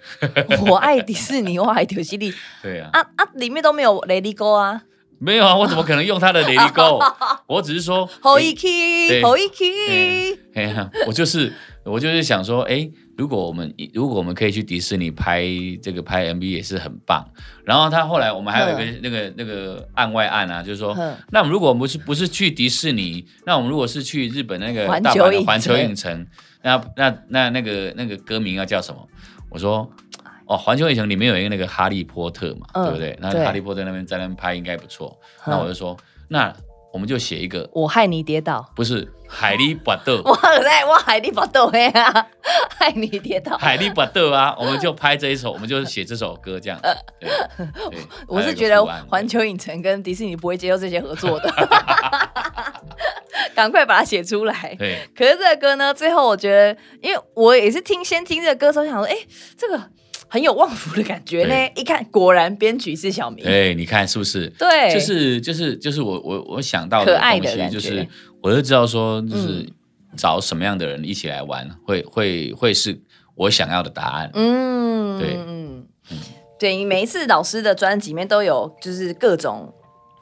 Speaker 2: 我爱迪士尼，我爱丢犀利
Speaker 1: 对呀、
Speaker 2: 啊啊！里面都没有 Lady Go 啊，
Speaker 1: 没有啊，我怎么可能用他的 Lady Go？我只是说，
Speaker 2: 好
Speaker 1: 诶
Speaker 2: 一 key，
Speaker 1: 对
Speaker 2: 好一 key，
Speaker 1: 哎呀，我就是我就是想说，哎，如果我们如果我们可以去迪士尼拍这个拍 MV 也是很棒。然后他后来我们还有一个那个那个案外案啊，就是说
Speaker 2: 嗯，
Speaker 1: 那我们如果不是不是去迪士尼，那我们如果是去日本那个
Speaker 2: 环球
Speaker 1: 大阪的
Speaker 2: 影
Speaker 1: 环球
Speaker 2: 城
Speaker 1: 影城，那那那那个那个歌名要叫什么？我说。哦，环球影城里面有一个那个哈利波特嘛，
Speaker 2: 嗯
Speaker 1: 对不对？那
Speaker 2: 对
Speaker 1: 哈利波特那边在那边拍应该不错。
Speaker 2: 嗯
Speaker 1: 那我就说，那我们就写一个，
Speaker 2: 我害你跌倒，
Speaker 1: 不是海利波特，
Speaker 2: 我在我害你不倒霉啊， 害你跌倒。
Speaker 1: 海利巴特啊，我们就拍这一首，我们就写这首歌这样。 对，对
Speaker 2: 呃我是觉得环，球影城跟迪士尼不会接受这些 合作的，赶快把它写出来。
Speaker 1: 还有一个图案
Speaker 2: 可是这个歌呢，最后我觉得，因为我也是听先听这个歌的时候想说，哎、这个很有旺福的感觉呢。一看果然编曲是小明，
Speaker 1: 对，哎，你看是不是？
Speaker 2: 对，
Speaker 1: 就是就是就是我我我想到
Speaker 2: 可
Speaker 1: 的
Speaker 2: 爱
Speaker 1: 东
Speaker 2: 的
Speaker 1: 西，
Speaker 2: 感觉
Speaker 1: 就是我就知道说，就是
Speaker 2: 嗯
Speaker 1: 找什么样的人一起来玩，会会会是我想要的答案。
Speaker 2: 嗯，
Speaker 1: 对
Speaker 2: 嗯对，你每一次老师的专辑里面都有就是各种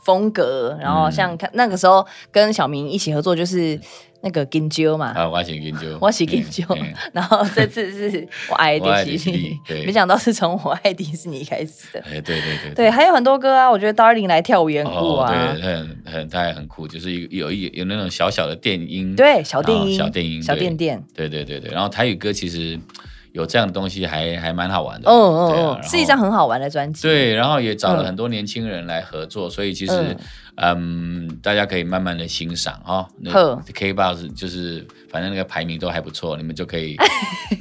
Speaker 2: 风格，然
Speaker 1: 嗯
Speaker 2: 后像看、那个时候跟小明一起合作就是那个金鸠嘛，
Speaker 1: 啊，我 写研究，
Speaker 2: 我是金鸠
Speaker 1: 哎哎，
Speaker 2: 然后这次是我爱
Speaker 1: 我爱
Speaker 2: 迪
Speaker 1: 迪
Speaker 2: 士
Speaker 1: 士
Speaker 2: 尼
Speaker 1: 尼，对
Speaker 2: 没想到是从我爱迪士尼开始的。
Speaker 1: 哎，对对对
Speaker 2: 对，。还有很多歌啊，我觉得 Darling 来跳舞也很酷
Speaker 1: 哦，
Speaker 2: 啊，
Speaker 1: 对，很很，他也很酷，就是一个有一有那种小小的电音，
Speaker 2: 对，小电音，
Speaker 1: 哦小电音
Speaker 2: 小
Speaker 1: 对
Speaker 2: 电电，
Speaker 1: 对对对对，然后台语歌其实有这样的东西还还蛮好玩的，
Speaker 2: 哦哦
Speaker 1: 对啊
Speaker 2: 哦，是一
Speaker 1: 然
Speaker 2: 张。
Speaker 1: 后
Speaker 2: 很好玩的专辑，
Speaker 1: 对，然后也找了
Speaker 2: 嗯
Speaker 1: 很多年轻人来合作，所以其实，嗯大家可以慢慢的欣赏哦。那
Speaker 2: 呵
Speaker 1: K Box 就是反正那个排名都还不错，你们就可 以，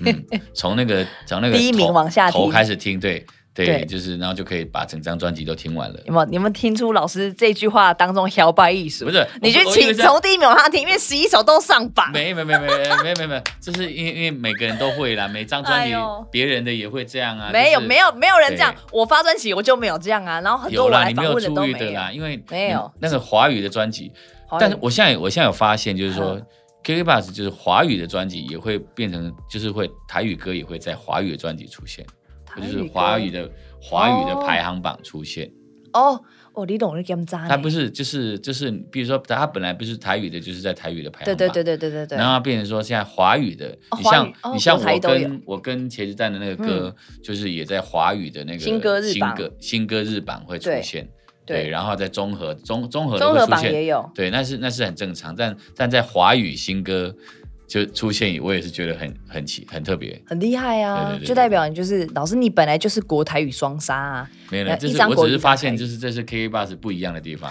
Speaker 1: 嗯，从那个从那个
Speaker 2: 第一名
Speaker 1: 头
Speaker 2: 往下
Speaker 1: 头
Speaker 2: 听
Speaker 1: 开始听，对对，
Speaker 2: 对
Speaker 1: 就是然后就可以把整张专辑都听完 了。
Speaker 2: 有没有？你们听出老师这句话当中摇摆艺术？
Speaker 1: 不是
Speaker 2: 你去
Speaker 1: 我我以
Speaker 2: 请
Speaker 1: 为这样
Speaker 2: 从第一名往上听，因为十一首都上榜。
Speaker 1: 没没没没没没没，这是因为因为每个人都会啦，每张专辑
Speaker 2: 哎呦
Speaker 1: 别人的也会这样啊。
Speaker 2: 没有
Speaker 1: 就是
Speaker 2: 没有没有人这样
Speaker 1: 对，
Speaker 2: 我发专辑我就没有这样啊，然后很多
Speaker 1: 有
Speaker 2: 我
Speaker 1: 啦，
Speaker 2: 来
Speaker 1: 你没
Speaker 2: 访
Speaker 1: 有
Speaker 2: 问的都
Speaker 1: 注意
Speaker 2: 没
Speaker 1: 的
Speaker 2: 有。
Speaker 1: 啦，因为
Speaker 2: 没有
Speaker 1: 那个华语的专辑，
Speaker 2: 好
Speaker 1: 但是我现在我现在有发现，就是说
Speaker 2: 嗯
Speaker 1: KK Bus 就是华语的专辑也会变成，就是会台语歌也会在华语的专辑出现，
Speaker 2: 台
Speaker 1: 就是
Speaker 2: 歌
Speaker 1: 华语的华语的排行榜出现。
Speaker 2: 哦哦，李董是 game 渣呢，
Speaker 1: 它不是就是就是，比如说它本来不是台语的，就是在台语的排行
Speaker 2: 对
Speaker 1: 榜。
Speaker 2: 对对对对对对
Speaker 1: 然，后它变成说，现在华语的，
Speaker 2: 哦
Speaker 1: 你
Speaker 2: 华
Speaker 1: 像
Speaker 2: 语哦
Speaker 1: 你像
Speaker 2: 国台
Speaker 1: 我
Speaker 2: 都有嗯
Speaker 1: 跟我跟茄子蛋的那个歌，就是也在华语的那个
Speaker 2: 新歌日
Speaker 1: 新
Speaker 2: 榜
Speaker 1: 歌新歌日榜会出
Speaker 2: 对
Speaker 1: 现，
Speaker 2: 对
Speaker 1: 对，然后在综合综综合的
Speaker 2: 综
Speaker 1: 会
Speaker 2: 合
Speaker 1: 出
Speaker 2: 榜
Speaker 1: 现，
Speaker 2: 也有。
Speaker 1: 对，那是那是很正常，但但在华语新歌就出现，我也是觉得很很奇很特别。
Speaker 2: 很厉害啊
Speaker 1: 对对！对
Speaker 2: 就代表你就是老师，你本来就是国台语双杀啊，
Speaker 1: 没有
Speaker 2: 那
Speaker 1: 了，这
Speaker 2: 一
Speaker 1: 是
Speaker 2: 张
Speaker 1: 我
Speaker 2: 国
Speaker 1: 只
Speaker 2: 语
Speaker 1: 是
Speaker 2: 大
Speaker 1: 发
Speaker 2: 牌
Speaker 1: 现，就是这是 K Bus 不一样的地 方。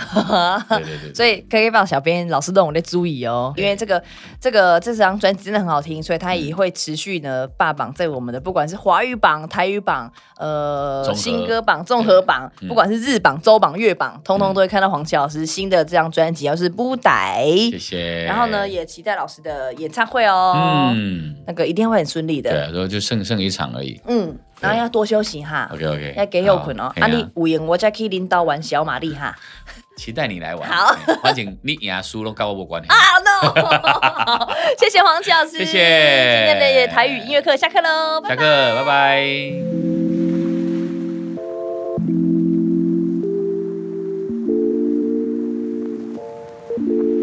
Speaker 1: 对对对对，
Speaker 2: 所以 KK 棒小编老师让我在注意哦，因为这个这个这张专辑真的很好听，所以它
Speaker 1: 嗯
Speaker 2: 也会持续呢霸榜在我们的不管是华语榜、台语榜、呃
Speaker 1: 综合
Speaker 2: 新歌榜、综合榜，
Speaker 1: 嗯
Speaker 2: 不管是日榜、周榜、月榜，通通都会看到黄琦老师新的这张专辑，要是不逮，
Speaker 1: 谢谢。
Speaker 2: 然后呢也期待老师的演唱会哦，
Speaker 1: 嗯，
Speaker 2: 那个一定会很顺利
Speaker 1: 对
Speaker 2: 的，
Speaker 1: 啊，然后就剩剩一场而已。
Speaker 2: 嗯，然
Speaker 1: 对
Speaker 2: 后要多休息哈。
Speaker 1: OK OK，
Speaker 2: 要给有困哦，啊
Speaker 1: 安
Speaker 2: 你
Speaker 1: 利
Speaker 2: 有闲我再去领导玩小玛丽哈。
Speaker 1: 期待你来玩。
Speaker 2: 好
Speaker 1: 嘿，反正你赢输都跟我无关系。
Speaker 2: 啊 no！谢谢黄琦老师，
Speaker 1: 谢谢
Speaker 2: 今天的台语音乐课下课喽，拜
Speaker 1: 下
Speaker 2: 拜。
Speaker 1: 课，拜拜。
Speaker 3: Thank